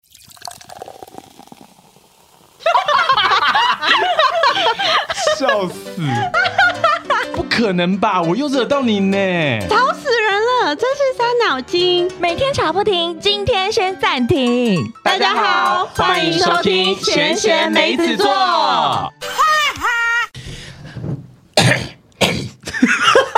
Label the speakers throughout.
Speaker 1: 笑死！不可能吧？我又惹到你呢！
Speaker 2: 吵死人了，真是伤脑筋。
Speaker 3: 每天吵不停，今天先暂停。
Speaker 2: 大家好欢迎收听闲闲梅子座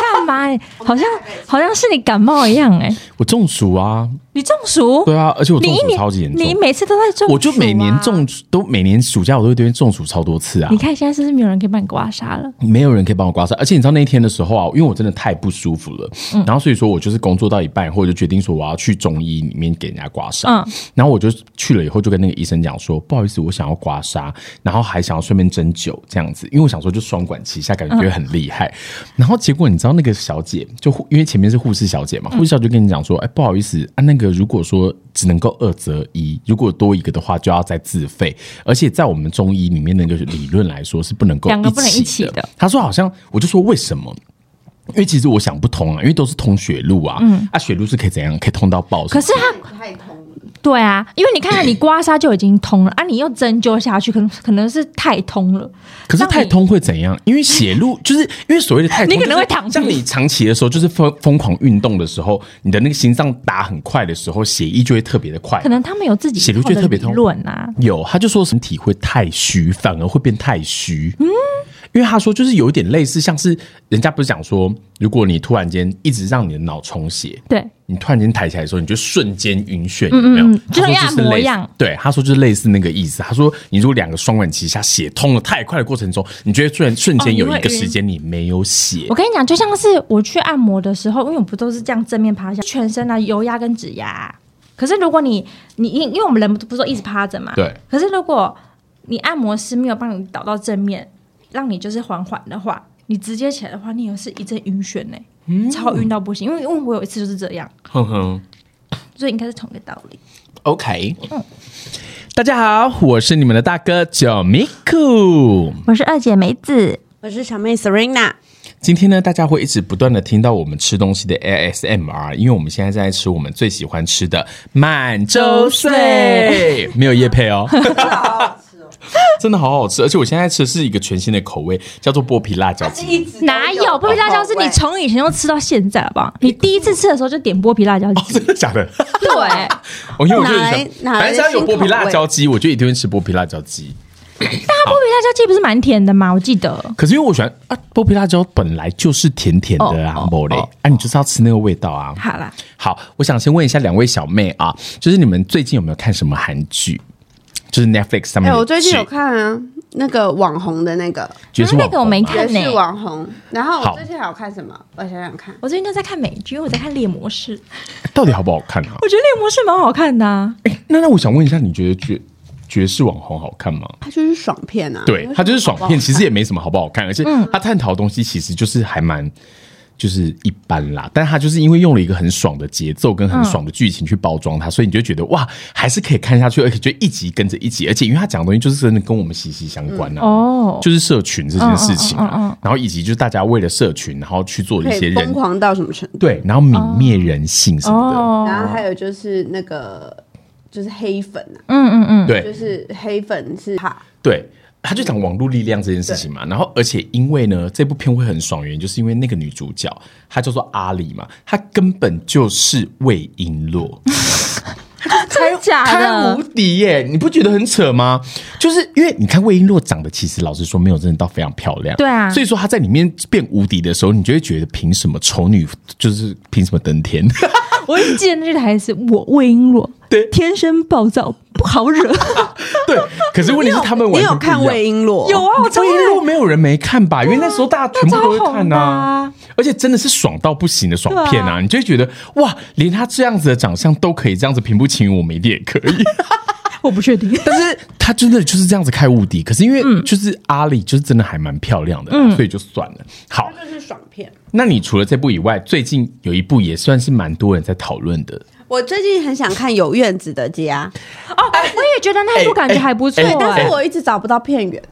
Speaker 3: 干嘛、好像好像是你感冒一样哎、
Speaker 1: 我中暑啊，
Speaker 3: 你中暑？
Speaker 1: 对啊，而且我
Speaker 3: 你
Speaker 1: 中
Speaker 3: 一
Speaker 1: 暑
Speaker 3: 年
Speaker 1: 超级严
Speaker 3: 你
Speaker 1: 重，
Speaker 3: 每次都在中暑、
Speaker 1: 我就每年。中暑都每年暑假我都会对中暑超多次啊
Speaker 3: 你。看现在是不是没有人可以把你刮痧了？
Speaker 1: 没有人可以帮我刮痧，而且你知道那一天的时候啊，因为我真的太不舒服了，
Speaker 2: 嗯
Speaker 1: 然后所以说我就是工作到一半，或者就决定说我要去中医里面给人家刮痧，
Speaker 3: 嗯
Speaker 1: 然后我就去了以后就跟那个医生讲说，不好意思，我想要刮痧，然后还想要顺便针灸这样子，因为我想说就双管齐下，感觉很厉害。
Speaker 3: 嗯
Speaker 1: 然后结果你知道那个小姐就护因为前面是护士小姐嘛，护士小姐就跟你讲说，哎，不好意思啊，那个如果说只能够二择一，如果多一个的话就要再自费，而且在我们中医里面那个理论来说是不能够
Speaker 3: 两个不能一起
Speaker 1: 的
Speaker 3: 的。
Speaker 1: 他说好像，我就说为什么？因为其实我想不通啊，因为都是通血路啊，嗯，啊，血路是可以怎样，可以通到爆什
Speaker 3: 可
Speaker 1: 么的。
Speaker 3: 是他
Speaker 4: 太痛了。
Speaker 3: 对啊，因为你看看你刮痧就已经通了啊，你又针灸下去，可能可能是太通了。
Speaker 1: 可是
Speaker 3: 让你
Speaker 1: 太通会怎样？因为血路就是因为所谓的太通，
Speaker 3: 你可能会
Speaker 1: 就是
Speaker 3: 躺平
Speaker 1: 像你长期的时候，就是疯疯狂运动的时候，你的那个心脏打很快的时候，血液就会特别的快
Speaker 3: 可。能他们有自己
Speaker 1: 血
Speaker 3: 一
Speaker 1: 流
Speaker 3: 套
Speaker 1: 就
Speaker 3: 的
Speaker 1: 特别
Speaker 3: 理
Speaker 1: 通
Speaker 3: 论啊。
Speaker 1: 有，他就说身体会太虚，反而会变太虚。嗯，因为他说就是有一点类似，像是人家不是讲说，如果你突然间一直让你的脑充血，
Speaker 3: 对，
Speaker 1: 你突然间抬起来的时候，你就瞬间晕眩，有没有？
Speaker 3: 嗯嗯
Speaker 1: 他说就
Speaker 3: 就像
Speaker 1: 是
Speaker 3: 按摩
Speaker 1: 类
Speaker 3: 一
Speaker 1: 似
Speaker 3: 样
Speaker 1: 对，他说就是类似那个意思。他说，你如果两个双管齐下，血通了太快的过程中，你觉得突然瞬间
Speaker 3: 哦
Speaker 1: 有
Speaker 3: 你
Speaker 1: 一
Speaker 3: 会
Speaker 1: 个
Speaker 3: 晕
Speaker 1: 时间你没有血
Speaker 3: 我，跟你讲，就像是我去按摩的时候，因为我不都是这样正面趴下，全身啊油压跟指压啊。可是如果你你因因为我们人不不是都一直趴着嘛，
Speaker 1: 对。
Speaker 3: 可是如果你按摩师没有帮你导到正面，让你就是缓缓的话，你直接起来的话，你也是一阵晕眩呢、超晕到不行。因为因为我有一次就是这样，
Speaker 1: 哼嗯哼。
Speaker 3: 所以应该是同一个道理。
Speaker 1: OK，、大家好，我是你们的大哥九米酷。
Speaker 3: 我是二姐梅子，
Speaker 4: 我是小妹 Serena，
Speaker 1: 今天呢，大家会一直不断的听到我们吃东西的 ASMR，因为我们现在在吃我们最喜欢吃的满洲碎，没有叶配哦， 真的好好吃，而且我现在吃的是一个全新的口味，叫做剥皮辣椒 鸡。
Speaker 4: 一直
Speaker 3: 哪有剥皮辣椒是你从以前就吃到现在，好不好？你第一次吃的时候就点剥皮辣 椒
Speaker 1: 哦，
Speaker 3: 鸡，
Speaker 1: 真的假 的？
Speaker 3: 对。
Speaker 1: 我哦因为我就
Speaker 4: 哪来
Speaker 1: 很想，
Speaker 4: 哪来
Speaker 1: 反正只要有
Speaker 4: 新
Speaker 1: 剥皮
Speaker 4: 口
Speaker 1: 辣
Speaker 4: 味
Speaker 1: 椒鸡，我就一定会吃剥皮辣椒鸡。
Speaker 3: 剥皮辣椒鸡不是蛮甜的吗？我记得。
Speaker 1: 可是因为我喜欢啊，剥皮辣椒本来就是甜甜的啊
Speaker 3: 哦，
Speaker 1: 某嘞、啊，你就是要吃那个味道啊。
Speaker 3: 好啦，
Speaker 1: 好，我想先问一下两位小妹啊，就是你们最近有没有看什么韩剧？就是 Netflix 上
Speaker 4: 哎、
Speaker 1: 面的剧，
Speaker 4: 我最近有看啊，那个网红的那个
Speaker 1: 爵士网
Speaker 3: 啊那个我
Speaker 1: 红
Speaker 3: 没
Speaker 1: 吗
Speaker 3: 看
Speaker 4: 也
Speaker 3: 呢
Speaker 4: 是网红。然后
Speaker 1: 好
Speaker 4: 我最近还有看什么？我想想看，
Speaker 3: 我最近都在看美剧，因为我在看《猎魔士》，
Speaker 1: 到底好不好看啊？
Speaker 3: 我觉得《猎魔士》蛮好看的、啊。
Speaker 1: 那那我想问一下，你觉得爵爵士网红好看吗？
Speaker 4: 它就是爽片啊。
Speaker 1: 对，它就是爽
Speaker 4: 好不好
Speaker 1: 片，
Speaker 4: 看嗯
Speaker 1: 其实也没什么好不好看，而且它探讨的东西其实就是还蛮。就是一般啦，但它就是因为用了一个很爽的节奏跟很爽的剧情去包装它，所以你就觉得哇，还是可以看下去，而且就一集跟着一集，而且因为它讲的东西就是真的跟我们息息相关啊，
Speaker 3: 哦
Speaker 1: 就是社群这
Speaker 4: 嗯
Speaker 1: 件事情啊，然后以及就是大家为了社群，然后去做的
Speaker 4: 可
Speaker 1: 一些
Speaker 4: 以疯
Speaker 1: 人
Speaker 4: 狂哦到什么程度？
Speaker 1: 对，然后泯灭人性什么的，
Speaker 3: 哦，
Speaker 4: 然后还有就是那个就是黑粉啊，
Speaker 3: 嗯嗯嗯，
Speaker 1: 对，
Speaker 4: 就是黑粉是哈，
Speaker 1: 对，他就讲网络力量这件事情嘛。然后，而且因为呢，这部片会很爽，原因就是因为那个女主角她叫做阿里嘛，她根本就是魏璎 珞。
Speaker 3: 真假
Speaker 1: 她无
Speaker 3: 的？
Speaker 1: 敌耶！你不觉得很扯吗？就是因为你看魏璎珞长得，其实老实说没有真的到非常漂亮，
Speaker 3: 对啊
Speaker 1: 所以说她在里面变无敌的时候，你就会觉得凭什么丑女就是凭什么登天？
Speaker 3: 我一记得那句台词，我魏璎珞，
Speaker 1: 对
Speaker 3: 天生暴躁，不好惹。
Speaker 1: 对，可是问题是他们完全
Speaker 4: 你有
Speaker 1: 不一样
Speaker 4: 看魏璎 珞？
Speaker 3: 有啊，我超
Speaker 1: 魏
Speaker 3: 爱
Speaker 1: 璎珞没有人没看吧？因为那时候大家全部都会看
Speaker 3: 那超红
Speaker 1: 呐、
Speaker 3: 的啊
Speaker 1: 而且真的是爽到不行的爽片啊！
Speaker 3: 对啊
Speaker 1: 你就会觉得哇，连他这样子的长相都可以这样子平步青云，我们一定也可 以。
Speaker 3: 我不 确定。哦
Speaker 1: 但是他真的就是这样子开无敌，可是因为就是阿里就是真的还蛮漂亮的啊、所以就算了。好
Speaker 4: 它，就是爽片。
Speaker 1: 那你除了这部以外，最近有一部也算是蛮多人在讨论的，
Speaker 4: 我最近很想看有院子的家，
Speaker 3: 哦，我也觉得那一部感觉还不错、
Speaker 1: 哎哎
Speaker 3: 哎
Speaker 1: 哎
Speaker 4: 但是我一直找不到片源。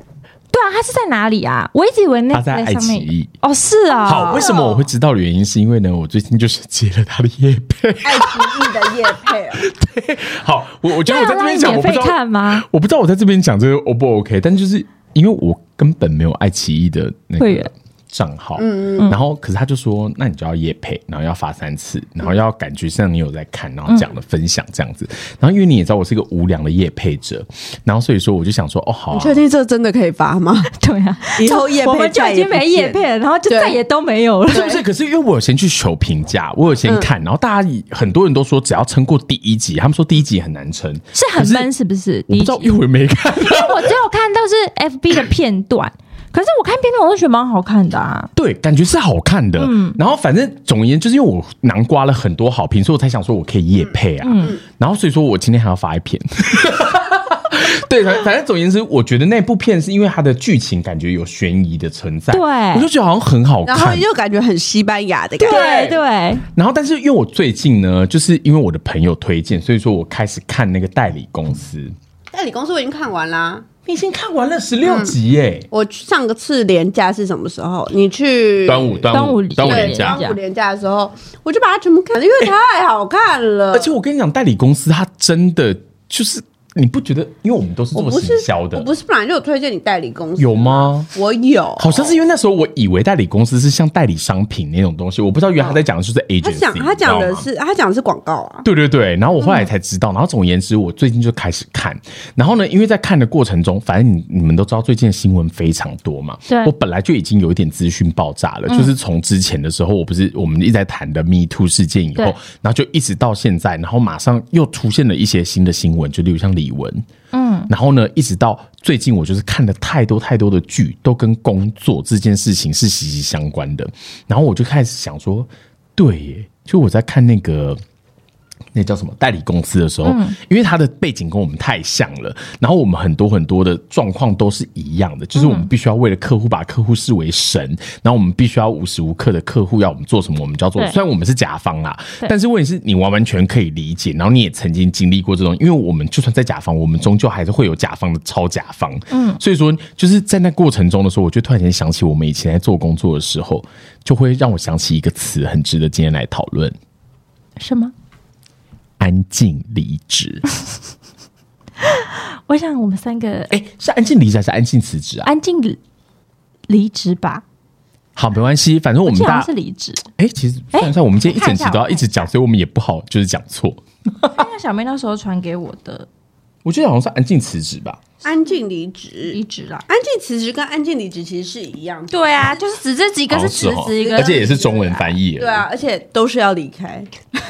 Speaker 3: 对啊，它是在哪里啊？我一直以为那
Speaker 1: 它在爱
Speaker 3: 上
Speaker 1: 奇
Speaker 3: 面。
Speaker 1: 艺。
Speaker 3: 哦，是啊。
Speaker 1: 好，为什么我会知道的原因，是因为呢，我最近就是接了他的夜配。
Speaker 4: 爱奇艺的叶配哦，
Speaker 1: 好，我我觉
Speaker 3: 对
Speaker 1: 得我
Speaker 3: 啊，
Speaker 1: 在这边
Speaker 3: 那你
Speaker 1: 讲，我
Speaker 3: 免
Speaker 1: 不
Speaker 3: 费
Speaker 1: 知道
Speaker 3: 看吗？
Speaker 1: 我不知道我在这边讲这个 O 不 OK，但就是因为我根本没有爱奇艺的那
Speaker 3: 会
Speaker 1: 个
Speaker 3: 员
Speaker 1: 账号，然后可是他就说，那你就要夜配，然后要发三次，然后要感觉像你有在看，然后讲的分享这样子。然后因为你也知道我是一个无良的夜配者，然后所以说我就想说，哦，好、啊
Speaker 4: 你，确定这真的可以发吗？
Speaker 3: 对啊，
Speaker 4: 以后业
Speaker 3: 我
Speaker 4: 配
Speaker 3: 们就
Speaker 4: 再
Speaker 3: 已
Speaker 4: 也
Speaker 3: 经
Speaker 4: 不
Speaker 3: 没
Speaker 4: 见
Speaker 3: 叶配了，然后就
Speaker 4: 对
Speaker 3: 再也都没有了。
Speaker 1: 是不是？可是因为我有先去求评价，我有先
Speaker 3: 嗯
Speaker 1: 看，然后大家以很多人都说只要撑过第一集，他们说第一集很难撑，
Speaker 3: 是很闷，是不是？
Speaker 1: 我不
Speaker 3: 第一
Speaker 1: 知道
Speaker 3: 集
Speaker 1: 因为我没看。
Speaker 3: 因为我只有看到是 FB 的片段，可是我看片段我都觉得蛮好看的啊。
Speaker 1: 对，感觉是好看的。然后反正总而言之，就是因为我南瓜了很多好评，所以我才想说我可以夜配啊。然后所以说我今天还要发一篇。对，反反正总而言之，我觉得那部片是因为它的剧情感觉有悬疑的存在，
Speaker 3: 对
Speaker 1: 我就觉得好像很好看。
Speaker 4: 然后又感觉很西班牙的感觉，
Speaker 3: 对对，
Speaker 1: 然后，但是因为我最近呢，就是因为我的朋友推荐，所以说我开始看那个代理公司。
Speaker 4: 代理公司我已经看完啦。
Speaker 1: 你已经看完了十六集耶、
Speaker 4: 我上个次连假是什么时候？你去
Speaker 1: 端午端
Speaker 3: 端午
Speaker 1: 午端午
Speaker 3: 对
Speaker 1: 连假
Speaker 3: 端，
Speaker 4: 端午连假的时候，我就把它全部看了，因为太好看了。
Speaker 1: 而且我跟你讲，代理公司它真的就是你不觉得？因为我们都是
Speaker 4: 我
Speaker 1: 做
Speaker 4: 不
Speaker 1: 行
Speaker 4: 是
Speaker 1: 销的
Speaker 4: 我，不是本来就有推荐你代理公司，
Speaker 1: 有吗？
Speaker 4: 我有，
Speaker 1: 好像是因为那时候我以为代理公司是像代理商品那种东西，我不知道原来他在讲的就是 agency
Speaker 4: 他
Speaker 1: 你知道吗。
Speaker 4: 讲他讲的是他讲的是广告啊，
Speaker 1: 对对对，然后我后来才知道，然后总而言之，我最近就开始看，然后呢，因为在看的过程中，反正你你们都知道，最近的新闻非常多嘛，
Speaker 3: 对嗯
Speaker 1: 我本来就已经有一点资讯爆炸了，就是从之前的时候，我不是我们一直在谈的 Me Too 事件以后
Speaker 3: 对，
Speaker 1: 然后就一直到现在，然后马上又出现了一些新的新闻，就例如像李玟，嗯，然后呢，一直到最近，我就是看了太多太多的剧，都跟工作这件事情是息息相关的，然后我就开始想说，对耶，就我在看那个。那叫什么代理公司的时
Speaker 3: 嗯
Speaker 1: 候，因为他的背景跟我们太像了，然后我们很多很多的状况都是一样的，
Speaker 3: 嗯
Speaker 1: 就是我们必须要为了客户把客户视为神，然后我们必须要无时无刻的客户要我们做什么，我们就要做。
Speaker 3: 对
Speaker 1: 虽然我们是甲方啦，
Speaker 3: 对
Speaker 1: 但是问题是你完完全可以理解，然后你也曾经经历过这种，因为我们就算在甲方，我们终究还是会有甲方的超甲方。嗯，所以说就是在那过程中的时候，我就突然间想起我们以前在做工作的时候，就会让我想起一个词，很值得今天来讨论。
Speaker 3: 什么？
Speaker 1: 安静离职，
Speaker 3: 我想我们三个
Speaker 1: 哎、是安静离职还是安静辞职啊？
Speaker 3: 安静离职吧，
Speaker 1: 好，没关系，反正我
Speaker 3: 我
Speaker 1: 们
Speaker 3: 记得好
Speaker 1: 大
Speaker 3: 像是离职。
Speaker 1: 哎、其实算一算，我们今天一整集都要一直讲，所以我们也不好就是讲错。
Speaker 5: 那小妹那时候传给我的
Speaker 1: 我记得好哦像是安静辞职吧？
Speaker 4: 安静离职
Speaker 5: 离，职啦。
Speaker 4: 安静辞职跟安静离职其实是一样的，
Speaker 5: 对啊，就是只这几个
Speaker 1: 好
Speaker 5: 是
Speaker 1: 像
Speaker 5: 辞
Speaker 1: 哦
Speaker 5: 职，一个
Speaker 1: 而且也是中文翻译。
Speaker 4: 对，啊，而且都是要离开。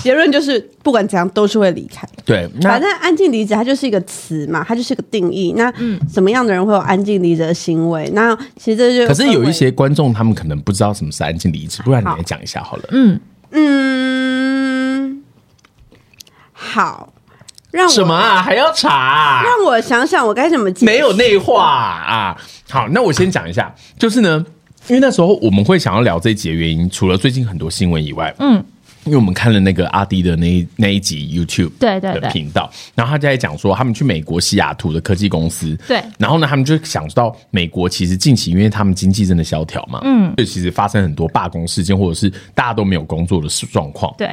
Speaker 4: 结论就是，不管怎样都是会离开。
Speaker 1: 对，那
Speaker 4: 反正安静离职它就是一个词嘛，它就是一个定义。那
Speaker 1: 嗯
Speaker 4: 什么样的人会有安静离职的行为？那其实这就
Speaker 1: 可是有一些观众他们可能不知道什么是安静离职，不然你来讲一下好了。
Speaker 4: 嗯，好，让我
Speaker 1: 什么啊？还要查啊、
Speaker 4: 让我想想，我该怎么解释
Speaker 1: 没有内化啊。好，那我先讲一下，就是呢，因为那时候我们会想要聊这一集的原因，除了最近很多新闻以外，嗯。因为我们看了那个阿迪的那一那一集 YouTube
Speaker 3: 对对
Speaker 1: 的
Speaker 3: 对
Speaker 1: 频道，然后他就在讲说他们去美国西雅图的科技公司，
Speaker 3: 对
Speaker 1: 然后呢他们就想到美国其实近期因为他们经济真的萧条嘛，嗯，就其实发生很多罢工事件或者是大家都没有工作的状况，
Speaker 3: 对，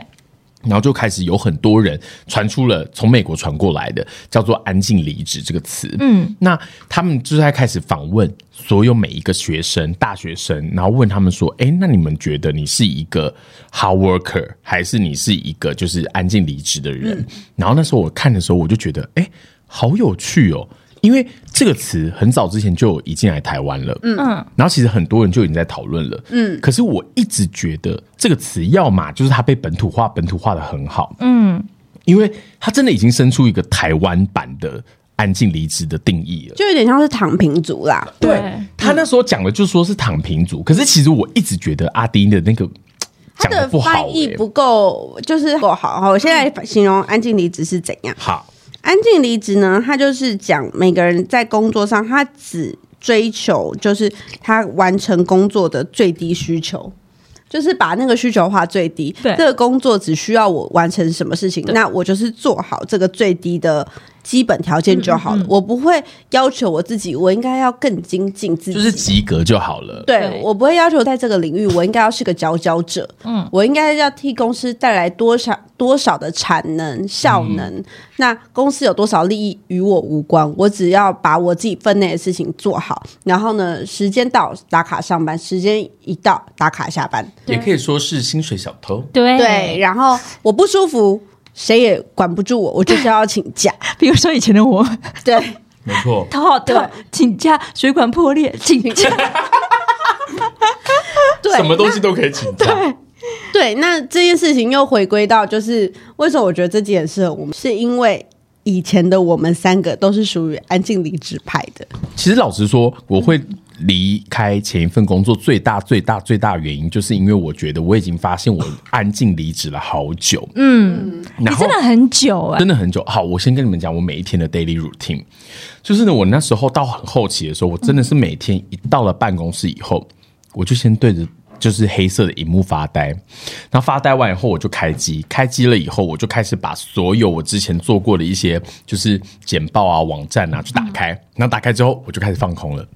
Speaker 1: 然后就开始有很多人传出了从美国传过来的叫做“安静离职”这个词。嗯，那他们就在开始访问所有每一个学生、大学生，然后问他们说：“哎，那你们觉得你是一个 hard worker，还是你是一个就是安静离职的人？”然后那时候我看的时候，我就觉得，哎，好有趣哦。因为这个词很早之前就已经来台湾了，嗯，然后其实很多人就已经在讨论了，嗯，可是我一直觉得这个词，要么就是它被本土化，本土化的很好，嗯，因为它真的已经生出一个台湾版的安静离职的定义了。
Speaker 4: 就有点像是躺平族啦。
Speaker 3: 对
Speaker 1: 他那时候讲的就说是躺平族，可是其实我一直觉得阿丁的那个嗯
Speaker 4: 它
Speaker 1: 讲
Speaker 4: 的
Speaker 1: 的不好、
Speaker 4: 翻译
Speaker 1: 欸，
Speaker 4: 不够，就是不够好。好我现在形容安静离职是怎样？
Speaker 1: 好，
Speaker 4: 安静离职呢，它就是讲每个人在工作上，他只追求就是他完成工作的最低需求。就是把那个需求化最低，
Speaker 3: 对
Speaker 4: 这个工作只需要我完成什么事情，那我就是做好这个最低的基本条件就好了，我不会要求我自己，我应该要更精进自己。
Speaker 1: 就是及格就好了。
Speaker 4: 对
Speaker 3: 对
Speaker 4: 我不会要求在这个领域，我应该要是个佼佼者，嗯，我应该要替公司带来多少多少的产能效能。那公司有多少利益与我无关，我只要把我自己分内的事情做好，然后呢，时间到打卡上班，时间一到打卡下班，
Speaker 1: 也可以说是薪水小偷。
Speaker 3: 对
Speaker 4: 对，，然后我不舒服。谁也管不住我，我就是要请假。
Speaker 3: 比如说以前的我，
Speaker 4: 对，
Speaker 1: 没错，
Speaker 3: 头好痛，请假，水管破裂，请假，
Speaker 4: 对，
Speaker 1: 什么东西都可以请假。
Speaker 4: 对，那这件事情又回归到，就是为什么我觉得这集很适合我们，是因为以前的我们三个都是属于安静离职派的。
Speaker 1: 其实老实说，我会离开前一份工作最大、最大、最大的原因，就是因为我觉得我已经发现我安静离职了好久。嗯，
Speaker 3: 你
Speaker 1: 然后
Speaker 3: 真的很久哎
Speaker 1: 真，的很久。好，我先跟你们讲我每一天的 daily routine。就是呢，我那时候到很后期的时候，我真的是每天一到了办公室以后，我就先对着。就是黑色的荧幕发呆，然后发呆完以后我就开机，开机了以后我就开始把所有我之前做过的一些就是简报啊、网站啊去打开，然后打开之后我就开始放空了。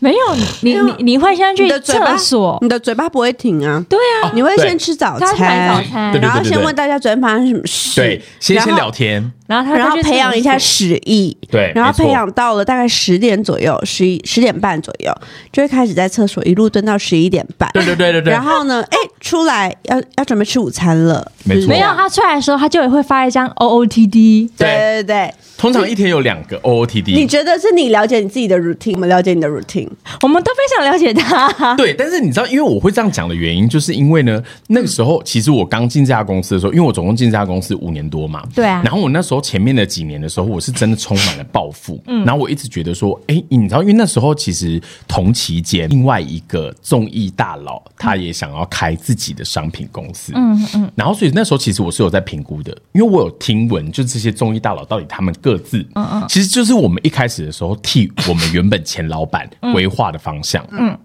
Speaker 3: 没有你你你你会先
Speaker 4: 你
Speaker 3: 去
Speaker 4: 的嘴巴
Speaker 3: 厕，所，
Speaker 4: 你的嘴巴不会停啊，
Speaker 3: 对啊，
Speaker 4: 你会
Speaker 1: 对
Speaker 4: 先吃早
Speaker 3: 他去买早
Speaker 4: 餐，
Speaker 3: 餐
Speaker 1: 哦对，对
Speaker 4: 然后
Speaker 1: 对对
Speaker 4: 先
Speaker 1: 对
Speaker 4: 问大家昨天发生什么事，
Speaker 1: 对，先
Speaker 4: 然
Speaker 1: 先
Speaker 4: 后
Speaker 1: 聊天，
Speaker 3: 然后他
Speaker 4: 然后
Speaker 3: 就去
Speaker 4: 培养一下
Speaker 3: 厕所
Speaker 4: 史意，
Speaker 1: 对
Speaker 4: 然后
Speaker 1: 没错
Speaker 4: 培养到了大概十点左右，十一十点半左右，就会开始在厕所一路蹲到十一点半，
Speaker 1: 对对对对对，
Speaker 4: 然后呢，哎，出来要要准备吃午餐了，
Speaker 1: 没
Speaker 4: 是不是
Speaker 1: 错
Speaker 3: 没有他出来的时候，他就会发一张哦 O O T D，
Speaker 1: 对
Speaker 4: 对对对，
Speaker 1: 通常一天有两个
Speaker 4: 你
Speaker 1: OOTD，
Speaker 4: 觉得是你了解你自己的 routine，我们了解你的 routine，
Speaker 3: 我们都非常了解 他，
Speaker 1: 对，但是你知道，因为我会这样讲的原因，就是因为呢，那个时候其实我刚进这家公司的时候，因为我总共进这家公司五年多嘛，
Speaker 3: 对啊
Speaker 1: 然后我那时候前面的几年的时候，我是真的充满了抱负，嗯，然后我一直觉得说，哎，你知道，因为那时候其实同期间，另外一个综艺大佬他也想要开自己的商品公司，嗯嗯，然后所以那时候其实我是有在评估的，因为我有听闻，就这些综艺大佬到底他们各自，嗯嗯，其实就是我们一开始的时候替我们原本前老板规划的方向，嗯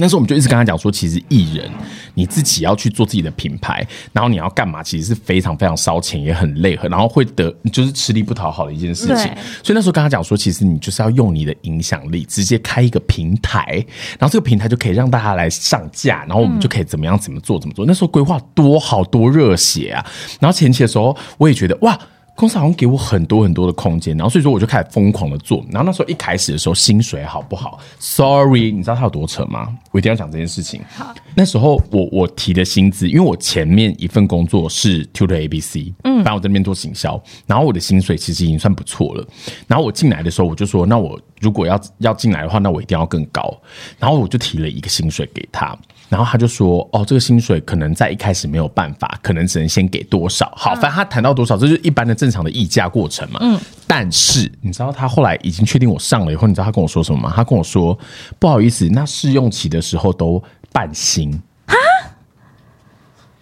Speaker 1: 那时候我们就一直跟他讲说，其实艺人你自己要去做自己的品牌，然后你要干嘛，其实是非常非常烧钱，也很累，然后会得就是吃力不讨好的一件事情
Speaker 3: 对。
Speaker 1: 所以那时候跟他讲说，其实你就是要用你的影响力，直接开一个平台，然后这个平台就可以让大家来上架，然后我们就可以怎么样怎么做怎么做。那时候规划多好多热血啊！然后前期的时候，我也觉得哇。公司好像给我很多很多的空间，然后所以说我就开始疯狂的做。然后那时候一开始的时候，薪水好不好？Sorry，你知道他有多扯吗？我一定要讲这件事情。那时候我我提的薪资，因为我前面一份工作是 Tutor ABC，嗯，然后我在那边做行销，然后我的薪水其实已经算不错了。然后我进来的时候，我就说，哦那我如果要要进来的话，那我一定要更高。然后我就提了一个薪水给他，然后他就说：“哦，这个薪水可能在一开始没有办法，可能只能先给多少。好，反正他谈到多少，这就是一般的正常的议价过程嘛。嗯，但是你知道他后来已经确定我上了以后，你知道他跟我说什么吗？他跟我说：不好意思，那试用期的时候都半薪。
Speaker 3: 真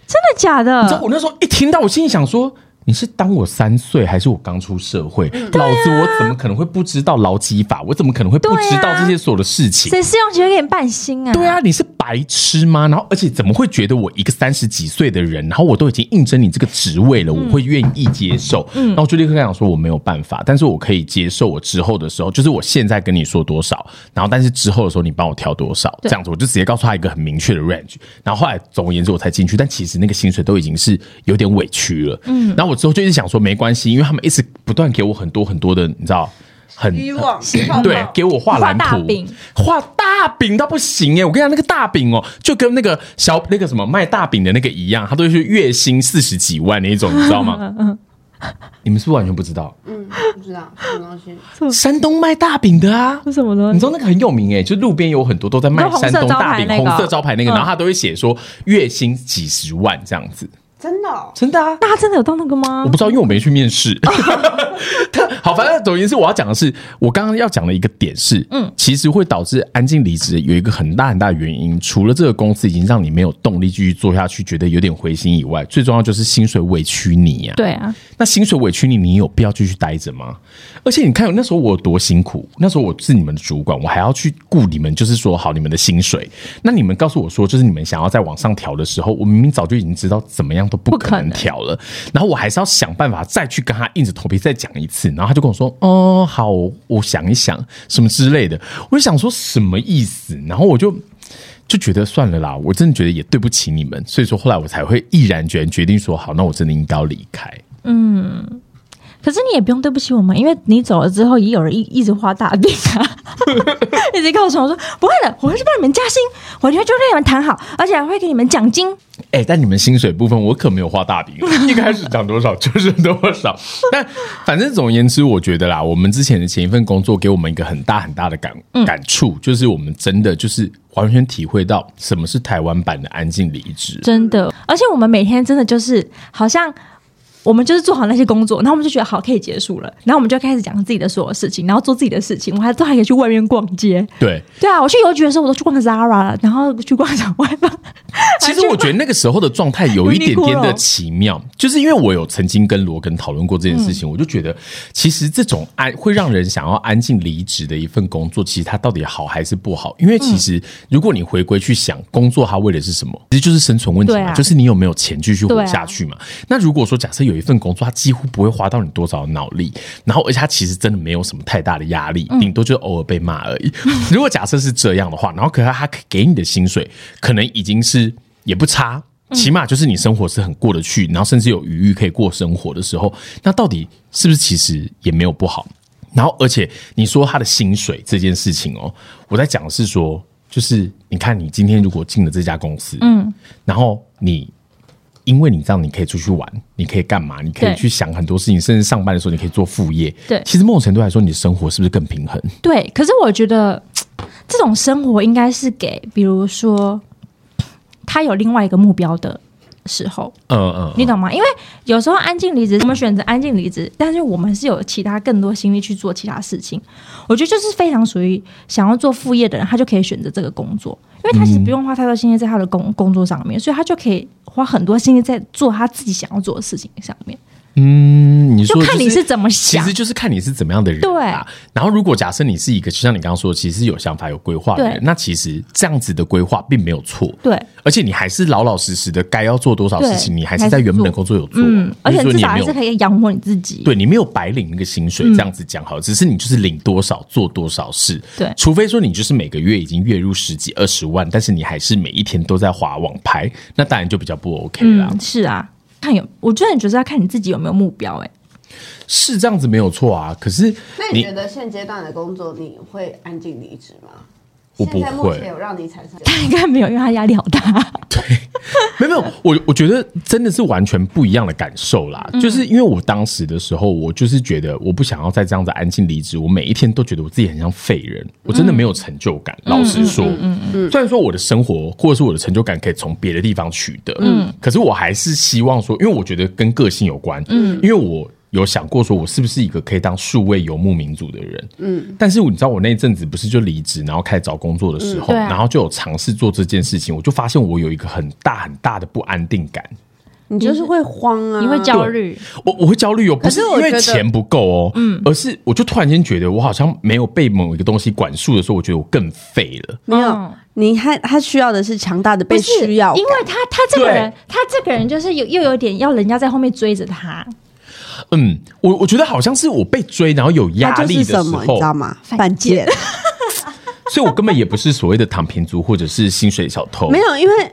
Speaker 3: 的假
Speaker 1: 你知道
Speaker 3: 的？
Speaker 1: 我那时候一听到，我心里想说。”你是当我三岁，还是我刚出社会？
Speaker 3: 嗯
Speaker 1: 老子我怎么可能会不知道劳基法？我怎么可能会不
Speaker 3: 对啊
Speaker 1: 知道这些所有的事情？
Speaker 3: 谁试用期会给你半薪啊？
Speaker 1: 对啊，你是白痴吗？然后，而且怎么会觉得我一个三十几岁的人，然后我都已经应征你这个职位了，我会愿意接受？嗯，然后我就立刻跟他讲说我没有办法，但是我可以接受我之后的时候，就是我现在跟你说多少，然后但是之后的时候你帮我调多少，这样子我就直接告诉他一个很明确的 range。然后后来总而言之我才进去，但其实那个薪水都已经是有点委屈了。嗯，然后我之后就一直想说没关系，因为他们一直不断给我很多很多的，你知道。很
Speaker 4: 往
Speaker 1: 对，给我画蓝
Speaker 3: 画大
Speaker 1: 图
Speaker 3: 饼，
Speaker 1: 画大饼到不行哎！我跟你讲，那个大饼哦，就跟那个小那个什么卖大饼的那个一样，他都是月薪四十几万那一种，你知道
Speaker 3: 嗯
Speaker 1: 吗？你们是不是完全不知道？
Speaker 4: 嗯， 不知道什么东西。
Speaker 1: 山东卖大饼的啊，
Speaker 3: 是什么东西
Speaker 1: 你知道那个很有名哎、就路边有很多都在卖
Speaker 3: 你说
Speaker 1: 山
Speaker 3: 红色
Speaker 1: 东
Speaker 3: 招
Speaker 1: 大
Speaker 3: 牌
Speaker 1: 饼，
Speaker 3: 那个
Speaker 1: 红色招牌那个，
Speaker 3: 嗯
Speaker 1: 然后他都会写说月薪几十万这样子，
Speaker 4: 真的、哦，
Speaker 1: 真的啊。
Speaker 3: 那他真的有到那个吗
Speaker 1: 我？不知道，因为我没去面试。他好，反正总而言之，我要讲的是，我刚刚要讲的一个点是，嗯，其实会导致安静离职有一个很大很大的原因，除了这个公司已经让你没有动力继续做下去，觉得有点灰心以外，最重要就是薪水委屈你呀、
Speaker 3: 对啊，
Speaker 1: 那薪水委屈你，你有必要继续待着吗？而且你看，那时候我有多辛苦，那时候我是你们的主管，我还要去顾你们，就是说好你们的薪水。那你们告诉我说，就是你们想要再往上调的时候，我明明早就已经知道怎么样都不
Speaker 3: 不可
Speaker 1: 可能
Speaker 3: 能
Speaker 1: 调了，然后我还是要想办法再去跟他硬着头皮再讲一次，然后他就跟我说：“哦、好，我想一想，什么之类的。”我就想说什么意思，然后我就就觉得算了啦，我真的觉得也对不起你们，所以说后来我才会毅然决然决定说，好，那我真的应该要离开。
Speaker 3: 可是你也不用对不起我们，因为你走了之后，也有人一一直画大饼啊，一直告诉我说不会的，我会去帮你们加薪，我就会就让你们谈好，而且还会给你们奖金。
Speaker 1: 哎、但你们薪水部分我可没有画大饼， 一开始涨多少就是多少。但反正总而言之，我觉得啦，我们之前的前一份工作给我们一个很大很大的感、感触，就是我们真的就是完全体会到什么是台湾版的安静离职。
Speaker 3: 真的，而且我们每天真的就是好像。我们就是做好那些工作，然后我们就觉得好可以结束了，然后我们就开始讲自己的所有事情，然后做自己的事情，我还都还可以去外面逛街。
Speaker 1: 对，
Speaker 3: 对啊，我去邮局的时候我都去逛 Zara 了，然后去逛小外吧。
Speaker 1: 其实我觉得那个时候的状态有一点点的奇 妙，就是因为我有曾经跟罗根讨论过这件事
Speaker 3: 嗯
Speaker 1: 情，我就觉得其实这种安会让人想要安静离职的一份工作，其实它到底好还是不好？因为其
Speaker 3: 嗯
Speaker 1: 实如果你回归去想，工作它为的是什么？其实就是生存问题
Speaker 3: 对
Speaker 1: 嘛，
Speaker 3: 啊
Speaker 1: 就是你有没有钱继续活
Speaker 3: 对啊
Speaker 1: 下去嘛。那如果说假设有一份工作，它几乎不会花到你多少的脑力，然后而且它其实真的没有什么太大的压力，
Speaker 3: 嗯
Speaker 1: 顶多就偶尔被骂而已。 如果假设是这样的话，然后可是他给你的薪水可能已经是也不差，
Speaker 3: 嗯
Speaker 1: 起码就是你生活是很过得去，然后甚至有余裕可以过生活的时候，那到底是不是其实也没有不好？然后而且你说他的薪水这件事情哦，我在讲的是说，就是你看你今天如果进了这家公司，嗯，然后你因为你这样，你可以出去玩，你可以干嘛？你可以
Speaker 3: 对
Speaker 1: 去想很多事情，甚至上班的时候你可以做副业。
Speaker 3: 对
Speaker 1: 其实某种程度来说，你的生活是不是更平衡？
Speaker 3: 对，可是我觉得这种生活应该是给，比如说他有另外一个目标的时候，
Speaker 1: 嗯嗯，
Speaker 3: 你懂吗？因为有时候安静离职，我们选择安静离职，但是我们是有其他更多心力去做其他事情。我觉得就是非常属于想要做副业的人，他就可以选择这个工作，因为他其实不用花太多心力在他的工工作上
Speaker 1: 嗯
Speaker 3: 面，所以他就可以花很多心力在做他自己想要做的事情上面。
Speaker 1: 嗯，你说
Speaker 3: 就
Speaker 1: 的
Speaker 3: 看你
Speaker 1: 是
Speaker 3: 是怎么
Speaker 1: 其
Speaker 3: 想
Speaker 1: 实就是看你是怎么样的人、啊。对。然后，如果假设你是一个，就像你刚刚说，其实有想法、有规划的人
Speaker 3: 对，
Speaker 1: 那其实这样子的规划并没有错。
Speaker 3: 对。
Speaker 1: 而且你还是老老实实的，该要做多少事情，
Speaker 3: 对
Speaker 1: 你还是在原本的工作有做。
Speaker 3: 嗯，而且
Speaker 1: 就是说
Speaker 3: 至
Speaker 1: 你
Speaker 3: 少
Speaker 1: 也没
Speaker 3: 还
Speaker 1: 有
Speaker 3: 是可以养活你自己。
Speaker 1: 对你啊没有白领那个薪水，
Speaker 3: 嗯
Speaker 1: 这样子讲好了，只是你就是领多少做多少事。
Speaker 3: 对
Speaker 1: 除非说你就是每个月已经月入十几二十万，但是你还是每一天都在划网拍，那当然就比较不 OK 啦。
Speaker 3: 嗯，是啊，看有，我真的觉得要看你自己有没有目标、欸。
Speaker 1: 是这样子没有错啊，可是
Speaker 4: 那你觉得现阶段的工作你会安静离职吗？
Speaker 1: 我不
Speaker 4: 现在目
Speaker 1: 会
Speaker 4: 前有让你产生
Speaker 3: 他应该没有，因为他压力好大。
Speaker 1: 没有没有，我我觉得真的是完全不一样的感受啦。
Speaker 3: 嗯
Speaker 1: 就是因为我当时的时候，我就是觉得我不想要再这样子安静离职，我每一天都觉得我自己很像废人，我
Speaker 3: 嗯
Speaker 1: 真的没有成就感。老实说，虽然说我的生活或者是我的成就感可以从别的地方取得，嗯，可是我还是希望说，因为我觉得跟个性有关，嗯，因为我。有想过说，我是不是一个可以当数位游牧民族的人？嗯，但是你知道，我那一阵子不是就离职，然后开始找工作的时候，
Speaker 3: 对啊
Speaker 1: 然后就有尝试做这件事情，我就发现我有一个很大很大的不安定感。
Speaker 4: 你就是会慌啊，
Speaker 3: 你会焦虑，
Speaker 1: 我我会焦虑哦，不是
Speaker 4: 可是我
Speaker 1: 因为
Speaker 4: 觉得
Speaker 1: 钱不够哦，嗯，而是我就突然间觉得我好像没有被某一个东西管束的时候，我觉得我更废了。
Speaker 4: 没有
Speaker 3: 嗯，
Speaker 4: 你还他需要的是强大的
Speaker 3: 不
Speaker 4: 被
Speaker 3: 是
Speaker 4: 需要感
Speaker 3: 因为他他这个
Speaker 1: 对
Speaker 3: 人，他这个人就是有又有点要人家在后面追着他，
Speaker 1: 嗯，我我觉得好像是我被追，然后有压
Speaker 4: 它就
Speaker 1: 力
Speaker 4: 是
Speaker 1: 的时
Speaker 4: 什么，
Speaker 1: 候，
Speaker 4: 你知道吗？
Speaker 3: 犯
Speaker 4: 犯
Speaker 3: 贱
Speaker 4: 贱
Speaker 1: 所以我根本也不是所谓的躺平族或者是薪水小偷。
Speaker 4: 没有，因为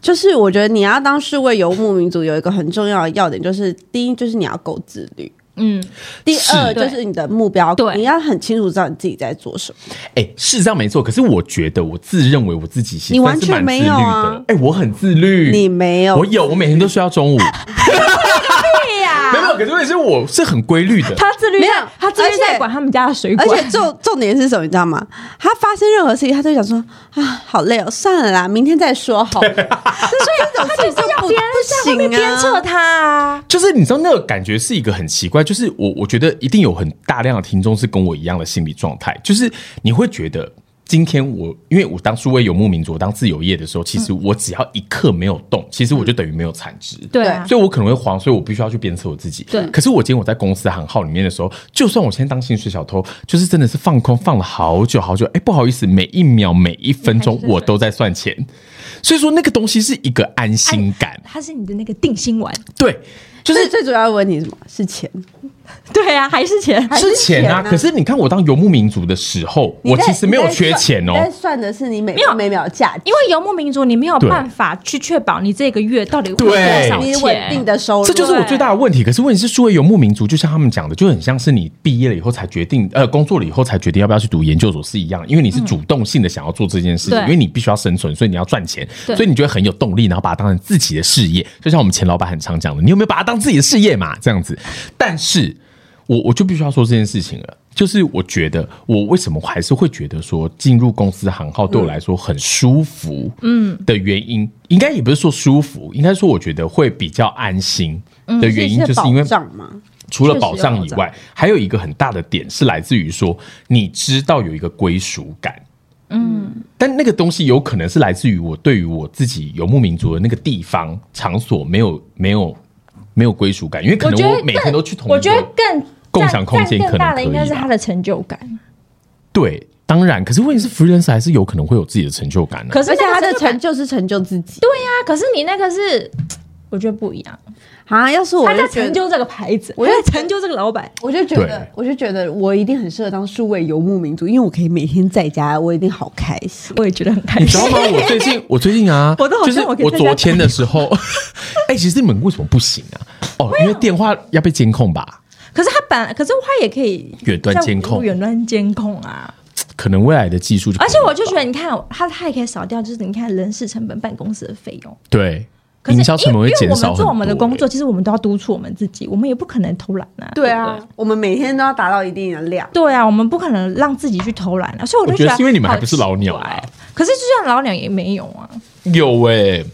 Speaker 4: 就是我觉得你要当世位游牧民族，有一个很重要的要点，就是第一就是你要够自律，
Speaker 3: 嗯，
Speaker 4: 第二
Speaker 1: 是
Speaker 4: 就是你的目标，
Speaker 3: 对
Speaker 4: 你要很清楚知道你自己在做什么。
Speaker 1: 哎、是这样没错，可是我觉得我自认为我自己其
Speaker 4: 你
Speaker 1: 实
Speaker 4: 完
Speaker 1: 算是蛮
Speaker 4: 全没
Speaker 1: 自律
Speaker 4: 有
Speaker 1: 的。哎、
Speaker 4: 啊
Speaker 1: 我很自律，
Speaker 4: 你没有
Speaker 1: 我，有，我每天都睡到 中午。
Speaker 3: 对 呀
Speaker 1: 没有，可是问题是我是很规律的。
Speaker 3: 他自律啊
Speaker 4: 没有
Speaker 3: 在，他自律
Speaker 4: 而
Speaker 3: 在
Speaker 4: 且
Speaker 3: 管他们家的水
Speaker 4: 而
Speaker 3: 管，
Speaker 4: 且重重点是什么，你知道吗？他发生任何事情，他都想说啊，好累哦，算了啦，明天再说好了。所以这种事情就不
Speaker 3: 别人在后面
Speaker 4: 不行
Speaker 3: 鞭策
Speaker 4: 啊。
Speaker 3: 他啊，
Speaker 1: 就是你知道那个感觉是一个很奇怪，就是我我觉得一定有很大量的听众是跟我一样的心理状态，就是你会觉得今天我因为我当数位游牧民族，我当自由业的时候，其实我只要一刻没有动，其实我就等于没有产值。
Speaker 3: 对啊，
Speaker 1: 所以我可能会慌，所以我必须要去鞭策我自己。
Speaker 3: 对
Speaker 1: 可是我今天我在公司行号里面的时候，就算我现在当薪水小偷，就是真的是放空放了好久好久。哎、不好意思，每一秒每一分钟我都在算钱，所以说那个东西是一个安心感。
Speaker 3: 哎他是你的那个定心丸，
Speaker 1: 对，
Speaker 4: 就是最主要的问题是什么？是钱，
Speaker 3: 对啊，还是钱。
Speaker 4: 还
Speaker 1: 是钱
Speaker 4: 钱
Speaker 1: 啊！可是你看，我当游牧民族的时候，
Speaker 4: 你
Speaker 1: 我
Speaker 4: 在
Speaker 1: 其实没有
Speaker 4: 你在
Speaker 1: 缺
Speaker 4: 算
Speaker 1: 钱哦、
Speaker 4: 你在算的是你每
Speaker 3: 没有
Speaker 4: 分每秒的价值，
Speaker 3: 因为游牧民族，你没有
Speaker 1: 对
Speaker 3: 办法去确保你这个月到底会有多
Speaker 1: 对
Speaker 3: 少
Speaker 4: 你稳定
Speaker 3: 钱。
Speaker 4: 的收入，
Speaker 1: 这就是我最大的问题。可是问题是，数位游牧民族就像他们讲的，就很像是你毕业了以后才决定，呃，工作了以后才决定要不要去读研究所是一样，因为你是主动性的想要做这件事情，
Speaker 3: 对
Speaker 1: 因为你必须要生存，所以你要赚钱，
Speaker 3: 对
Speaker 1: 所以你就会很有动力，然后把它当成自己的事业。就像我们钱老板很常讲的，你有没有把它当自己的事业嘛？这样子，但是。我我就必须要说这件事情了，就是我觉得我为什么还是会觉得说进入公司行号对我来说很舒服，嗯的原因，应该也不是说舒服，应该说我觉得会比较安心的原因，就是因为
Speaker 4: 保障嘛，
Speaker 1: 除了保障以外，还有一个很大的点是来自于说你知道有一个归属感。嗯，但那个东西有可能是来自于我对于我自己游牧民族的那个地方场所没有没有没有归属感，因为可
Speaker 3: 我觉
Speaker 1: 能
Speaker 3: 得
Speaker 1: 我每
Speaker 3: 更
Speaker 1: 天都去同一个
Speaker 3: 我觉得更
Speaker 1: 共享空间
Speaker 3: 占
Speaker 1: 可能
Speaker 3: 更大的应该
Speaker 1: 可以
Speaker 3: 是
Speaker 1: 吧
Speaker 3: 他的成就感。
Speaker 1: 对，当然，可是问题是 freelancer 还是有可能会有自己的成就感啊呢、
Speaker 3: 可是
Speaker 4: 而且他的
Speaker 3: 那个
Speaker 4: 成就是成就自己。
Speaker 3: 对呀、可是你那个是，我觉得不一样。
Speaker 4: 啊，要是我
Speaker 3: 他在
Speaker 4: 就觉
Speaker 3: 成
Speaker 4: 得，
Speaker 3: 就这个牌子，
Speaker 4: 我
Speaker 3: 我
Speaker 4: 就
Speaker 3: 在成就这个老板。
Speaker 4: 我就觉得
Speaker 1: 对，
Speaker 4: 我就觉得我一定很适合当数位游牧民族，因为我可以每天在家，我一定好开心。
Speaker 3: 我也觉得很开
Speaker 1: 你知道
Speaker 3: 心。
Speaker 1: 吗？我最近，我最近啊，
Speaker 3: 我都好
Speaker 1: 就是
Speaker 3: 像我可以
Speaker 1: 我
Speaker 3: 在家
Speaker 1: 昨天的时候， 哎、其实你们为什么不行啊？哦，因为电话要被监控吧？
Speaker 3: 可是他本，可是他也可以
Speaker 1: 远端监控
Speaker 3: 在远端监控啊。
Speaker 1: 可能未来的技术就可以
Speaker 3: 而且我就觉
Speaker 1: 吧
Speaker 3: 得，你看他，他也可以少掉，就是你看人事成本、办公室的费用。
Speaker 1: 对，
Speaker 3: 可是
Speaker 1: 营销成本会减
Speaker 3: 因为因为我
Speaker 1: 少很
Speaker 3: 们做
Speaker 1: 多。欸
Speaker 3: 我们的工作，其实我们都要督促我们自己，我们也不可能偷懒啊。
Speaker 4: 对啊，我们每天都要达到一定的量。
Speaker 3: 对啊，我们不可能让自己去偷懒啊。所以我
Speaker 1: 我
Speaker 3: 就
Speaker 1: 觉
Speaker 3: 觉
Speaker 1: 得是因为你们还
Speaker 3: 好
Speaker 1: 不是老鸟啊
Speaker 3: 奇怪可是就算老鸟也没有啊。
Speaker 1: 欸有哎、因
Speaker 3: 有
Speaker 1: 为
Speaker 3: 吗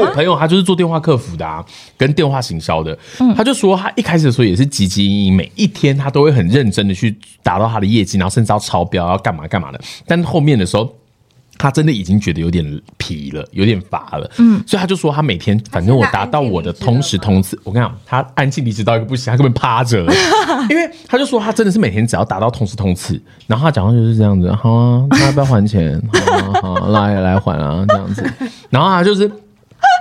Speaker 1: 我朋友他就是做电话客服的、啊，跟电话行销的，
Speaker 3: 嗯
Speaker 1: 他就说他一开始的时候也是积极营营，每一天他都会很认真的去达到他的业绩，然后甚至要超标，要干嘛干嘛的。但后面的时候，他真的已经觉得有点疲了，有点乏了，嗯，所以他就说他每天反正我达到我的同时同次，我跟你讲，他安静离职到一个不行，他根本趴着了，因为他就说他真的是每天只要达到同时同次，然后他讲话就是这样子，好啊，那要不要还钱？好啊，好啊，来来还啊，这样子，然后他就是。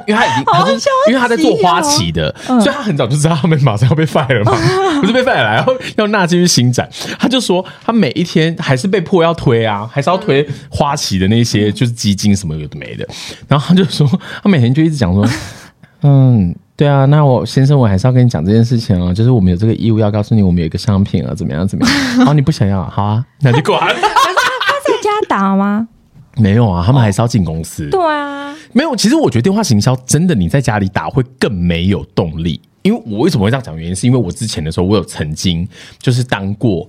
Speaker 1: 因为他已经，他就是因为他在做花旗的，所以他很早就知道他们马上要被 fire 了嘛，不是被 fire 了，然后要纳进去新展。他就说他每一天还是被迫要推啊，还是要推花旗的那些就是基金什么有的没的。然后他就说他每天就一直讲说，嗯。对啊，那我先生，我还是要跟你讲这件事情哦，就是我们有这个义务要告诉你，我们有一个商品啊，怎么样怎么样。然后你不想要，好啊，那就管。
Speaker 3: 他在家打吗？
Speaker 1: 没有啊，他们还是要进公司。
Speaker 3: 对啊，
Speaker 1: 没有，其实我觉得电话行销真的你在家里打会更没有动力，因为我为什么会这样讲？原因是因为我之前的时候，我有曾经就是当过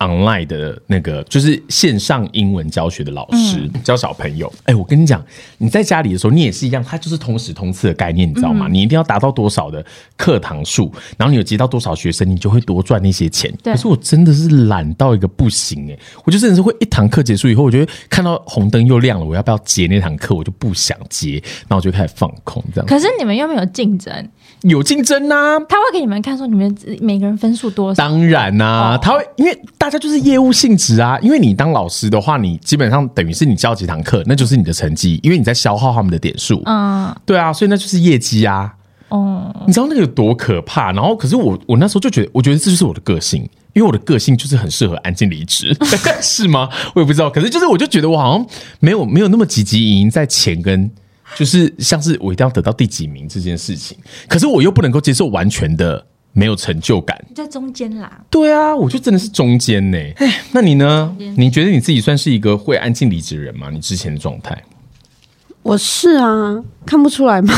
Speaker 1: online 的那个就是线上英文教学的老师，
Speaker 3: 嗯
Speaker 1: 教小朋友。哎、我跟你讲，你在家里的时候，你也是一样，它就是同时通次的概念，你知道
Speaker 3: 嗯
Speaker 1: 吗？你一定要达到多少的课堂数，然后你有接到多少学生，你就会多赚那些钱。
Speaker 3: 对
Speaker 1: 可是我真的是懒到一个不行哎、我就真的是会一堂课结束以后，我就会看到红灯又亮了，我要不要接那堂课？我就不想接，然后我就开始放空，这样
Speaker 3: 可是你们又没有竞争，
Speaker 1: 有竞争啊呐、
Speaker 3: 他会给你们看说你们每个人分数多少。
Speaker 1: 当然啦、
Speaker 3: 哦
Speaker 1: 他会因为大家就是业务性质啊，因为你当老师的话，你基本上等于是你教几堂课，那就是你的成绩，因为你在消耗他们的点数。
Speaker 3: 嗯，
Speaker 1: 对啊，所以那就是业绩啊。
Speaker 3: 哦，
Speaker 1: 你知道那个有多可怕？然后，可是我我那时候就觉得，我觉得这就是我的个性，因为我的个性就是很适合安静离职， 是吗？我也不知道。可是就是我就觉得我好像没有没有那么积极营营在前跟，就是像是我一定要得到第几名这件事情，可是我又不能够接受完全的没有成就感。
Speaker 3: 在中间啦。
Speaker 1: 对啊，我就真的是中间呢。哎，那你呢？你觉得你自己算是一个会安静离职的人吗？你之前的状态？
Speaker 4: 我是啊，看不出来吗？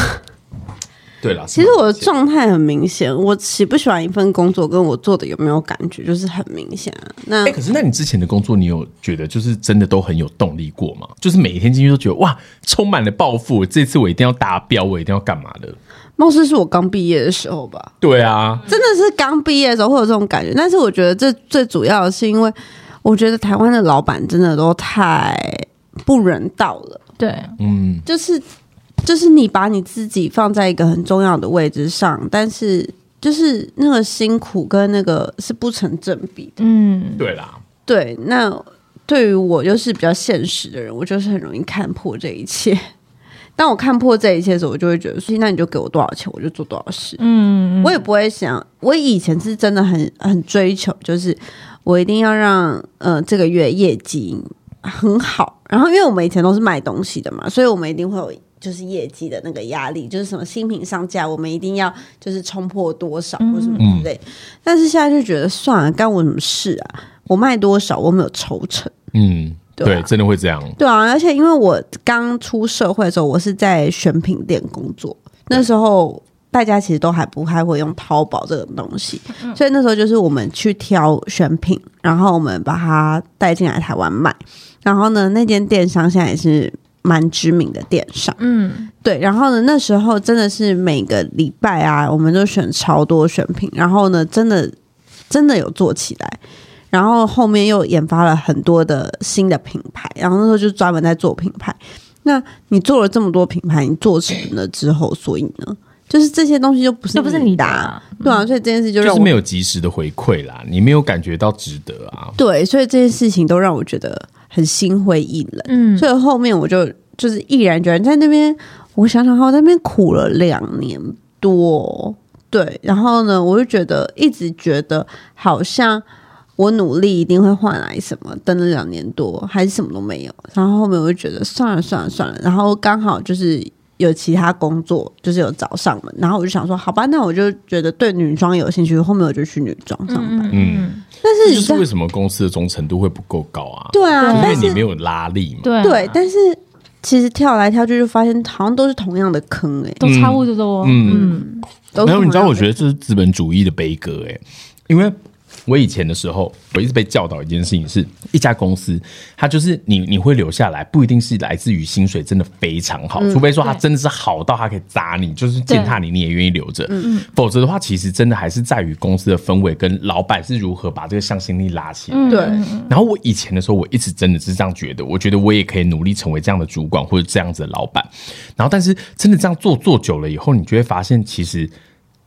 Speaker 1: 对了，
Speaker 4: 其实我的状态很明显，我喜不喜欢一份工作，跟我做的有没有感觉，就是很明显啊。那
Speaker 1: 哎、可是那你之前的工作，你有觉得就是真的都很有动力过吗？就是每一天进去都觉得哇，充满了抱负，这次我一定要达标，我一定要干嘛的？
Speaker 4: 貌似是我刚毕业的时候吧，
Speaker 1: 对啊，
Speaker 4: 真的是刚毕业的时候会有这种感觉。但是我觉得这最主要的是因为，我觉得台湾的老板真的都太不人道了，
Speaker 3: 对，
Speaker 1: 嗯，
Speaker 4: 就是就是你把你自己放在一个很重要的位置上，但是就是那个辛苦跟那个是不成正比的。
Speaker 3: 嗯，
Speaker 1: 对啦，
Speaker 4: 对，那对于我又是比较现实的人，我就是很容易看破这一切。 当我看破这一切的时候，我就会觉得说，那你就给我多少钱，我就做多少事。嗯，我也不会想，我以前是真的很很追求，就是我一定要让呃这个月业绩很好。然后，因为我们以前都是卖东西的嘛，所以我们一定会有就是业绩的那个压力，就是什么新品上架，我们一定要就是冲破多少或什么之类。但是现在就觉得算了，干我什么事啊？我卖多少，我没有抽成。
Speaker 1: 嗯，
Speaker 4: 对啊
Speaker 1: 对，真的会这样。
Speaker 4: 对啊，而且因为我刚出社会的时候，我是在选品店工作，那时候大家其实都还不太会用淘宝这种东西，所以那时候就是我们去挑选品，然后我们把它带进来台湾卖。然后呢，那间电商现在也是蛮知名的电商，
Speaker 3: 嗯，
Speaker 4: 对，然后呢，那时候真的是每个礼拜啊，我们都选超多选品，然后呢，真的真的有做起来，然后后面又研发了很多的新的品牌，然后那时候就专门在做品牌。那你做了这么多品牌，你做成了之后，所以呢，就是这些东西就不是
Speaker 3: 这不是你的
Speaker 4: 啊，
Speaker 3: 啊，
Speaker 4: 对啊，所以这件事就
Speaker 1: 就
Speaker 4: 让
Speaker 1: 是
Speaker 4: 我
Speaker 1: 没有及时的回馈啦，你没有感觉到值得啊。
Speaker 4: 对，所以这件事情都让我觉得很心灰意冷。
Speaker 3: 嗯，
Speaker 4: 所以后面我就就是毅然决然在那边，我想想看，我在那边苦了两年多，对，然后呢，我就觉得一直觉得好像我努力一定会换来什么，等了两年多还是什么都没有，然后后面我就觉得算了算了算了，然后刚好就是。有其他工作，就是有找上门，然后我就想说，好吧，那我就觉得对女装有兴趣，后面我就去女装上班。
Speaker 1: 嗯，
Speaker 4: 但
Speaker 1: 这
Speaker 4: 是你
Speaker 1: 就
Speaker 4: 知
Speaker 1: 是
Speaker 4: 道
Speaker 1: 为什么公司的忠诚度会不够高啊？
Speaker 4: 对啊，
Speaker 3: 对
Speaker 1: 因
Speaker 4: 但
Speaker 1: 为
Speaker 4: 是
Speaker 1: 你没有拉力嘛。
Speaker 3: 对啊
Speaker 4: 对，但是其实跳来跳去就发现好像都是同样的坑哎、欸，
Speaker 3: 都差不多，嗯，
Speaker 4: 都是
Speaker 1: 没有，
Speaker 4: 同样的
Speaker 1: 你知道，我觉得这是资本主义的悲歌哎、因为我以前的时候，我一直被教导一件事情是，一家公司它就是你你会留下来，不一定是来自于薪水真的非常好，
Speaker 4: 嗯
Speaker 1: 除非说它真的是好到它可以砸你，就是践踏你，你也愿意留着。
Speaker 4: 嗯
Speaker 1: 否则的话，其实真的还是在于公司的氛围跟老板是如何把这个向心力拉起来。
Speaker 4: 对，
Speaker 1: 然后我以前的时候，我一直真的是这样觉得，我觉得我也可以努力成为这样的主管或者这样子的老板。然后，但是真的这样做做久了以后，你就会发现，其实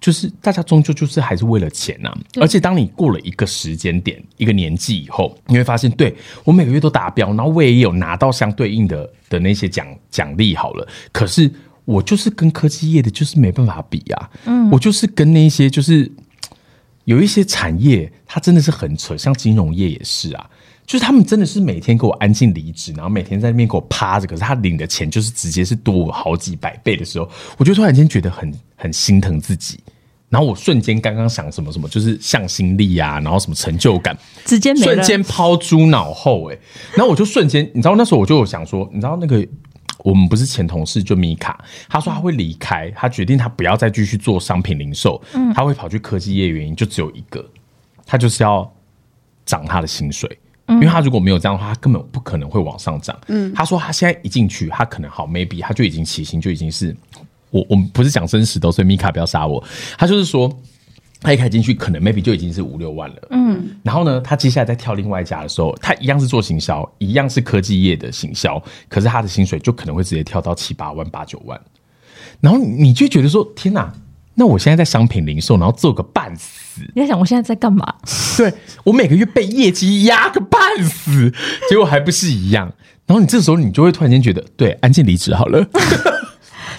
Speaker 1: 就是大家终究就是还是为了钱呐、而且当你过了一个时间点、一个年纪以后，你会发现，对我每个月都达标，然后我也有拿到相对应的的那些奖奖励好了，可是。我就是跟科技业的，就是没办法比啊。嗯，我就是跟那些就是有一些产业它真的是很扯，像金融业也是啊，就是他们真的是每天给我安静离职，然后每天在那边给我趴着，可是他领的钱就是直接是多我好几百倍的时候，我就突然间觉得很很心疼自己。然后我瞬间刚刚想什么什么，就是向心力啊，然后什么成就感，
Speaker 3: 直接没
Speaker 1: 瞬
Speaker 3: 了，
Speaker 1: 间抛诸脑后哎、欸然后我就瞬间，你知道那时候我就有想说，你知道那个我们不是前同事就米卡，他说他会离开，他决定他不要再继续做商品零售，他会跑去科技业，原因就只有一个，他就是要涨他的薪水。因为他如果没有这样的话，他根本不可能会往上涨。嗯，他说他现在一进去，他可能好 maybe 他就已经起薪就已经是我我们不是讲真实的哦，所以米卡不要杀我。他就是说，他一开始进去可能 maybe 就已经是五六万了，嗯，然后呢，他接下来再跳另外一家的时候，他一样是做行销，一样是科技业的行销，可是他的薪水就可能会直接跳到七八万、八九万，然后你就觉得说，天哪！那我现在在商品零售，然后做个半死，
Speaker 3: 你在想我现在在干嘛？
Speaker 1: 对我每个月被业绩压个半死，结果还不是一样。然后你这时候你就会突然间觉得，对，安静离职好了。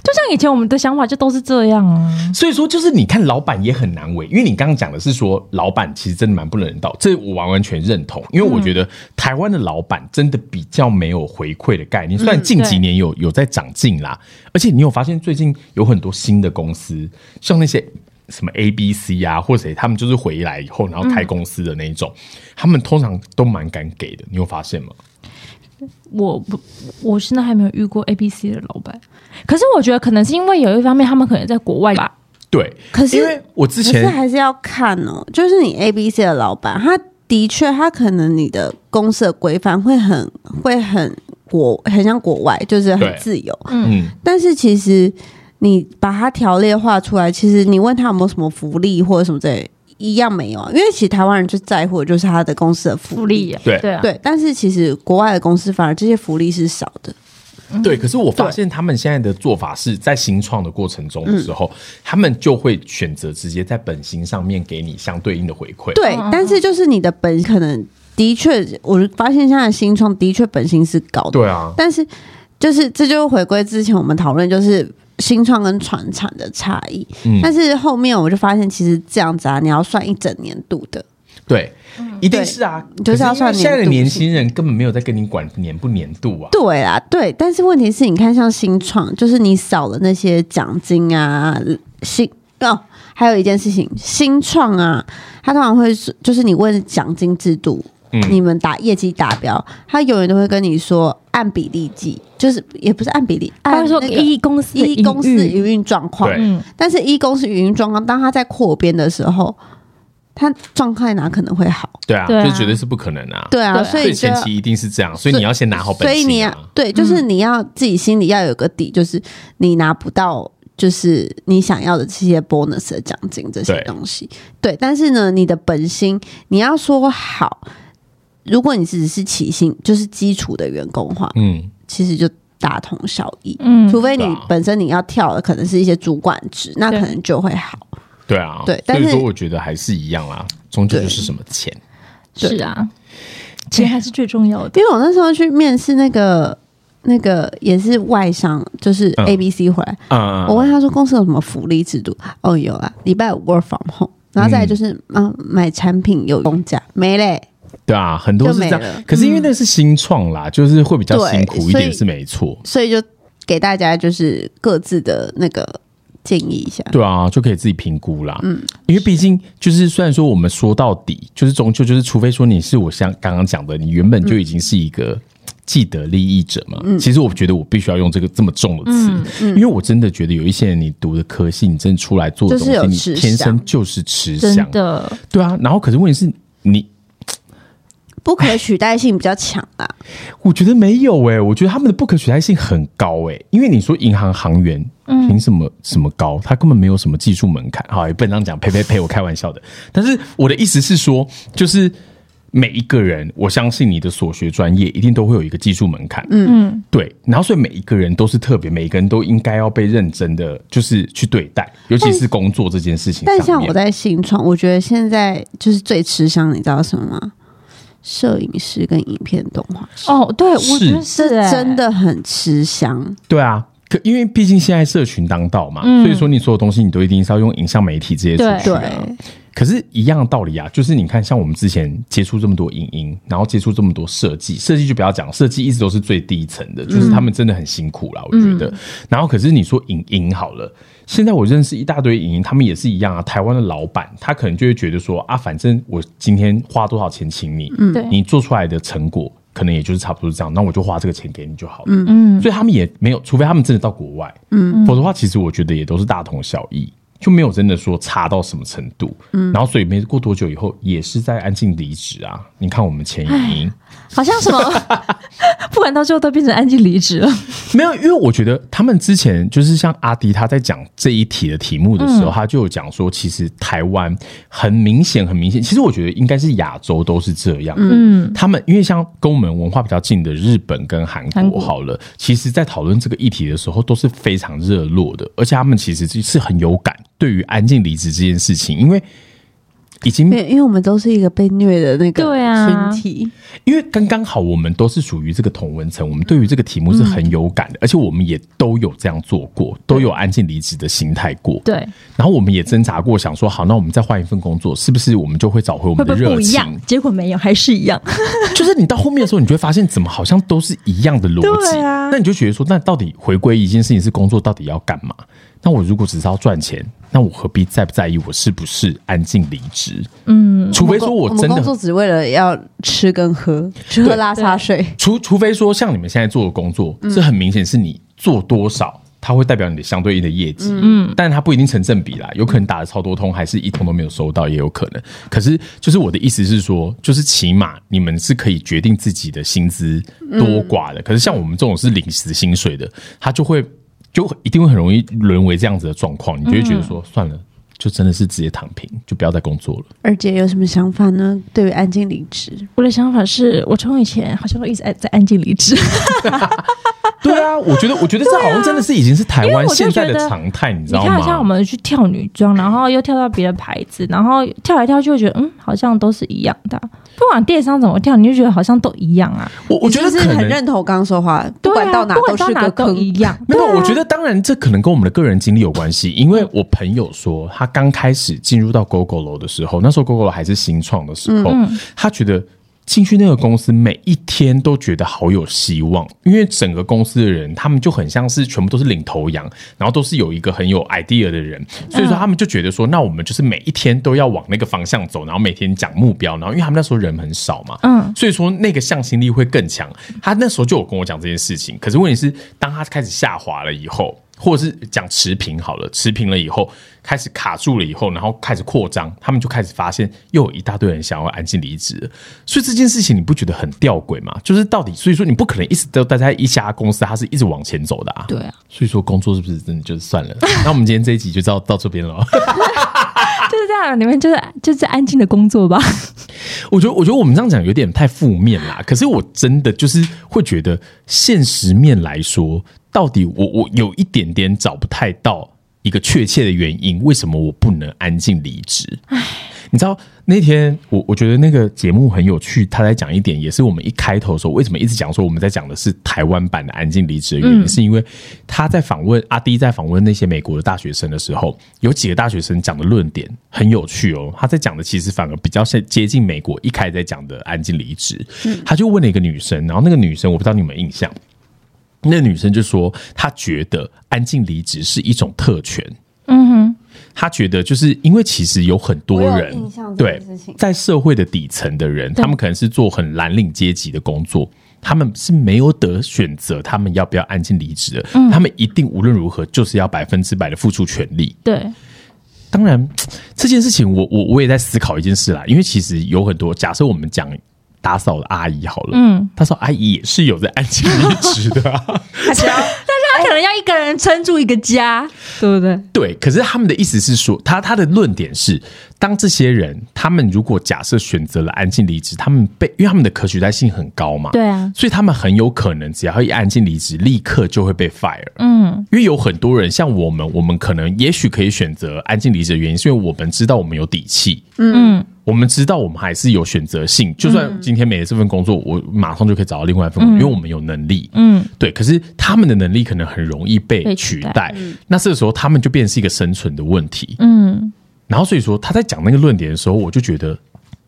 Speaker 3: 就像以前我们的想法就都是这样啊，
Speaker 1: 所以说，就是你看老板也很难为，因为你刚刚讲的是说，老板其实真的蛮不人道，这我完完全认同。因为我觉得台湾的老板真的比较没有回馈的概念，虽然近几年
Speaker 4: 嗯
Speaker 1: 有有在长进啦，而且你有发现最近有很多新的公司，像那些。什么 A、B、C 啊，或者谁他们就是回来以后，然后开公司的那一
Speaker 4: 嗯
Speaker 1: 种，他们通常都蛮敢给的，你有发现吗？
Speaker 3: 我不，我现在还没有遇过 A B C 的老板，可是我觉得可能是因为有一方面他们可能在国外吧，
Speaker 1: 对，
Speaker 4: 可是
Speaker 1: 因为我之
Speaker 4: 可是
Speaker 1: 前
Speaker 4: 还是要看哦，就是你 A B C 的老板，他的确他可能你的公司的规范会很会很国很像国外，就是很
Speaker 1: 对
Speaker 4: 自由，
Speaker 1: 嗯
Speaker 4: 但是其实你把它条列化出来，其实你问他有没有什么福利或者什么之类，一样没有啊，因为其实台湾人最在乎的就是他的公司的
Speaker 3: 福
Speaker 4: 福利。
Speaker 3: 利啊
Speaker 1: 对
Speaker 3: 对啊，
Speaker 4: 对，但是其实国外的公司反而这些福利是少的，嗯
Speaker 1: 对，可是我发现他们现在的做法是在新创的过程中的时
Speaker 4: 嗯
Speaker 1: 候，他们就会选择直接在本薪上面给你相对应的回馈。
Speaker 4: 对，但是就是你的本可能的确，我发现现在新创的确本薪是高的，
Speaker 1: 对啊，
Speaker 4: 但是就是这就是回归之前我们讨论就是。新创跟传产的差异，但是后面我就发现，其实这样子啊，你要算一整年度的，
Speaker 1: 对，一定是啊，
Speaker 4: 嗯对就是要
Speaker 1: 可因为
Speaker 4: 算
Speaker 1: 现在的
Speaker 4: 年度
Speaker 1: 年轻人根本没有在跟你管年不年度啊，
Speaker 4: 对啦，对，但是问题是，你看像新创，就是你少了那些奖金啊，新哦，还有一件事情，新创啊，他通常会是就是你问奖金制度，嗯
Speaker 1: 嗯
Speaker 4: 你们打业绩达标，他永远都会跟你说按比例计，就是也不是按比例，
Speaker 3: 他
Speaker 4: 按
Speaker 3: 会说
Speaker 4: 哎那个
Speaker 3: 一嗯公司的
Speaker 4: 一公司
Speaker 3: 营运
Speaker 4: 营运状况，
Speaker 1: 对
Speaker 3: 嗯，
Speaker 4: 但是一公司营运状况，当他在扩编的时候，他状态哪可能会好？
Speaker 1: 对啊，
Speaker 3: 对啊
Speaker 1: 这绝对是不可能啊。
Speaker 4: 对啊，
Speaker 3: 对啊
Speaker 4: 所
Speaker 1: 所以
Speaker 4: 以就
Speaker 1: 前
Speaker 4: 要
Speaker 1: 期一定是这样，所以你要先拿好本
Speaker 4: 所以你
Speaker 1: 钱
Speaker 4: 要
Speaker 1: 啊。
Speaker 4: 对，就是
Speaker 3: 嗯
Speaker 4: 你要自己心里要有个底，就是你拿不到。就是你想要的这些 bonus 的奖金这些
Speaker 1: 对
Speaker 4: 东西，对，但是呢，你的本心你要说好，如果你只是起薪，就是基础的员工的话，
Speaker 1: 嗯，
Speaker 4: 其实就大同小异，
Speaker 3: 嗯
Speaker 4: 除非你
Speaker 1: 对啊
Speaker 4: 本身你要跳的可能是一些主管职，那
Speaker 3: 对
Speaker 4: 可能就会好，
Speaker 1: 对啊，
Speaker 4: 对但
Speaker 1: 所以
Speaker 4: 是
Speaker 1: 说我觉得还是一样啦，终究
Speaker 4: 对
Speaker 1: 就是什么钱，
Speaker 3: 是啊，钱还是最重要的。
Speaker 4: 因为我那时候去面试那个那个也是外商，就是
Speaker 1: 嗯
Speaker 4: A B C 回来，
Speaker 1: 嗯，
Speaker 4: 我问他说公司有什么福利制度？哦，有啊，礼拜五 work from home，然后再来就是嗯、啊买产品有公价，没嘞。
Speaker 1: 对啊，很多是这
Speaker 4: 就没了嗯
Speaker 1: 样。可是因为那是新创啦，就是会比较
Speaker 4: 对
Speaker 1: 辛苦一
Speaker 4: 所
Speaker 1: 点，
Speaker 4: 以
Speaker 1: 是没错。
Speaker 4: 所以就给大家就是各自的那个建议一下。
Speaker 1: 对啊，就可以自己评估啦。嗯，因为毕竟就是虽然说我们说到底，就是终究就是，除非说你是我像刚刚讲的，你原本就已经是一个。既得利益者嘛，其实我觉得我必须要用这个这么重的词，因为我真的觉得有一些人，你读的科系，你真的出来做的
Speaker 4: 就
Speaker 1: 东
Speaker 4: 是有
Speaker 1: 西，
Speaker 4: 吃
Speaker 1: 你天生
Speaker 4: 相
Speaker 1: 就是吃
Speaker 3: 真
Speaker 1: 香，
Speaker 3: 的，
Speaker 1: 对啊。然后可是问题是你，
Speaker 4: 不可取代性比较强啦，
Speaker 1: 我觉得没有哎、我觉得他们的不可取代性很高哎、因为你说银行行员，
Speaker 4: 嗯
Speaker 1: 凭什么什么高？他根本没有什么技术门槛。好，也不能这样讲，呸呸呸，我开玩笑的。但是我的意思是说，就是每一个人，我相信你的所学专业一定都会有一个技术门槛，嗯，对。然后所以每一个人都是特别，每一个人都应该要被认真的，就是去对待，尤其是工作这件事情上
Speaker 4: 但
Speaker 1: 面。
Speaker 4: 像我在新创，我觉得现在就是最吃香，你知道什么吗？摄影师跟影片动画师，
Speaker 3: 哦，对，我
Speaker 1: 是
Speaker 3: 觉得
Speaker 4: 这
Speaker 3: 是哎
Speaker 4: 真，的很吃香。
Speaker 1: 对啊，可因为毕竟现在社群当道嘛，
Speaker 4: 嗯
Speaker 1: 所以说你所有东西你都一定是要用影像媒体这些出去
Speaker 4: 对
Speaker 1: 的、啊。可是，一样的道理啊，就是你看，像我们之前接触这么多影音，然后接触这么多设计，设计就不要讲，设计一直都是最低层的，就是他们真的很辛苦啦，我觉得。然后，可是你说影音好了，现在我认识一大堆影音，他们也是一样啊。台湾的老板他可能就会觉得说啊，反正我今天花多少钱请你，
Speaker 3: 对
Speaker 1: 你做出来的成果可能也就是差不多这样，那我就花这个钱给你就好了。嗯嗯，所以他们也没有，除非他们真的到国外，嗯，否则的话，其实我觉得也都是大同小异。就没有真的说差到什么程度，嗯，然后所以没过多久以后，也是在安静离职啊。你看我们前影音，
Speaker 3: 好像什么， 不管到最后都变成安静离职了。
Speaker 1: 没有，因为我觉得他们之前就是像阿迪他在讲这一题的题目的时候，他就有讲说，其实台湾很明显，很明显。其实我觉得应该是亚洲都是这样。嗯，他们因为像跟我们文化比较近的日本跟韩
Speaker 3: 韩
Speaker 1: 国
Speaker 3: 国
Speaker 1: 好了，其实在讨论这个议题的时候都是非常热络的，而且他们其实是很有感对于安静离职这件事情，因为已经
Speaker 4: 因为因为我们都是一个被虐的那个
Speaker 3: 对啊
Speaker 4: 群体，
Speaker 1: 因为刚刚好，我们都是属于这个同文层，我们对于这个题目是很有感
Speaker 3: 嗯
Speaker 1: 的，而且我们也都有这样做过，都有安静离职的心态过。
Speaker 3: 对，
Speaker 1: 然后我们也挣扎过，想说好，那我们再换一份工作，是不是我们就会找回我
Speaker 3: 会
Speaker 1: 们
Speaker 3: 不
Speaker 1: 的
Speaker 3: 会
Speaker 1: 热
Speaker 3: 不一
Speaker 1: 情？
Speaker 3: 样？结果没有，还是一样。
Speaker 1: 就是你到后面的时候，你就会发现，怎么好像都是一样的逻辑。
Speaker 3: 对啊
Speaker 1: 那你就觉得说，那到底回归一件事情是工作，到底要干嘛？那我如果只是要赚钱，那我何必在不在意我是不是安静离职？嗯，除非说
Speaker 4: 我们
Speaker 1: 真的
Speaker 4: 工作只为了要吃跟喝，吃喝
Speaker 1: 对
Speaker 4: 拉撒睡。
Speaker 1: 除除非说像你们现在做的工作，
Speaker 3: 嗯
Speaker 1: 这很明显是你做多少，它会代表你的相对应的业绩。嗯，但它不一定成正比啦，有可能打了超多通，还是一通都没有收到，也有可能。可是就是我的意思是说，就是起码你们是可以决定自己的薪资多寡的。
Speaker 3: 嗯
Speaker 1: 可是像我们这种是领死薪水的，他就会就一定会很容易沦为这样子的状况，你就会觉得
Speaker 3: 嗯
Speaker 1: 说、算了。就真的是直接躺平，就不要再工作了。
Speaker 4: 二姐有什么想法呢？对于安静离职，
Speaker 3: 我的想法是我从以前好像都一直在在安静离职，
Speaker 1: 对啊，我觉得，我觉得这好像真的是已经是台
Speaker 3: 因为
Speaker 1: 湾
Speaker 3: 我就
Speaker 1: 现在
Speaker 3: 觉
Speaker 1: 的
Speaker 3: 得
Speaker 1: 常态，你知
Speaker 3: 你
Speaker 1: 道
Speaker 3: 看，像我
Speaker 1: 吗？
Speaker 3: 们去跳女装，然后又跳到别的牌子，然后跳来跳去，就觉得嗯，好像都是一样的。不管电商怎么跳，你就觉得好像都一样啊。
Speaker 1: 我我觉得
Speaker 4: 你是
Speaker 1: 可
Speaker 4: 不是很
Speaker 1: 能
Speaker 4: 认同我刚刚说话，不管
Speaker 3: 对啊
Speaker 4: 到哪
Speaker 3: 不管
Speaker 4: 都
Speaker 3: 到
Speaker 4: 是
Speaker 3: 哪
Speaker 4: 个
Speaker 3: 都
Speaker 4: 坑。
Speaker 3: 一 样。啊
Speaker 1: 没
Speaker 4: 啊
Speaker 1: 有，我觉得当然这可能跟我们的个人经历有关系，因
Speaker 4: 嗯
Speaker 1: 为我朋友说他刚开始进入到 GoGo 楼的时候，那时候 GoGo 楼还是新创的时候，
Speaker 4: 嗯
Speaker 1: 他觉得。进去那个公司，每一天都觉得好有希望，因为整个公司的人，他们就很像是全部都是领头羊，然后都是有一个很有 idea 的人，
Speaker 4: 嗯
Speaker 1: 所以说他们就觉得说，那我们就是每一天都要往那个方向走，然后每天讲目标，然后因为他们那时候人很少嘛，
Speaker 3: 嗯，
Speaker 1: 所以说那个向心力会更强。他那时候就有跟我讲这件事情，可是问题是，当他开始下滑了以后，或者是讲持平好了，持平了以后开始卡住了以后，然后开始扩张，他们就开始发现又有一大堆人想要安静离职了，所以这件事情你不觉得很吊诡吗？就是到底，所以说你不可能一直都待在一家公司，它是一直往前走的啊。
Speaker 3: 对啊，
Speaker 1: 所以说工作是不是真的就是算 了？那我们今天这一集就到到这边了。
Speaker 3: 就是这样，你们就是就是安静的工作吧。
Speaker 1: 我觉得，我觉得我们这样讲有点太负面啦。可是我真的就是会觉得，现实面来说，到底我我有一点点找不太到一个确切的原因，为什么我不能安静离职？你知道那天我我觉得那个节目很有趣，他在讲一点，也是我们一开头的时候为什么一直讲说我们在讲的是台湾版的安静离职的原因，是因为他在访问阿迪在访问那些美国的大学生的时候，有几个大学生讲的论点很有趣哦，他在讲的其实反而比较像接近美国一开始在讲的安静离职，他就问了一个女生，然后那个女生我不知道你有没有印象，那女生就说她觉得安静离职是一种特权。他觉得就是因为其实有很多
Speaker 6: 我有
Speaker 1: 人
Speaker 6: 印象这
Speaker 1: 对
Speaker 6: 件事情
Speaker 1: 在社会的底层的人，他们可能是做很蓝领阶级的工作。他们是没有得选择，他们要不要安静离职的。他们一定无论如何就是要百分之百的付出全力。
Speaker 3: 对，啊
Speaker 1: 当然，这件事情我我我也在思考一件事啦，因为其实有很多假设我们讲打扫的阿姨好了，嗯，打扫阿姨也是有在安静离职的、啊，
Speaker 3: 他可能要一个人撑住一个家，对不啊对？
Speaker 1: 对，可是他们的意思是说，他他的论点是，当这些人他们如果假设选择了安静离职，他们被因为他们的可取代性很高嘛，
Speaker 3: 对啊
Speaker 1: 所以他们很有可能只要一安静离职，立刻就会被 fire。嗯，因为有很多人像我们，我们可能也许可以选择安静离职的原因，是因为我们知道我们有底气，
Speaker 3: 嗯，
Speaker 1: 我们知道我们还是有选择性，就算今天没了这份工作，我马上就可以找到另外一份工作，因为我们有能力。嗯，对。可是他们的能力可能很容易被
Speaker 3: 被
Speaker 1: 取
Speaker 3: 取代
Speaker 1: 代，那这个时候他们就变成是一个生存的问题。嗯，然后所以说他在讲那个论点的时候，我就觉得，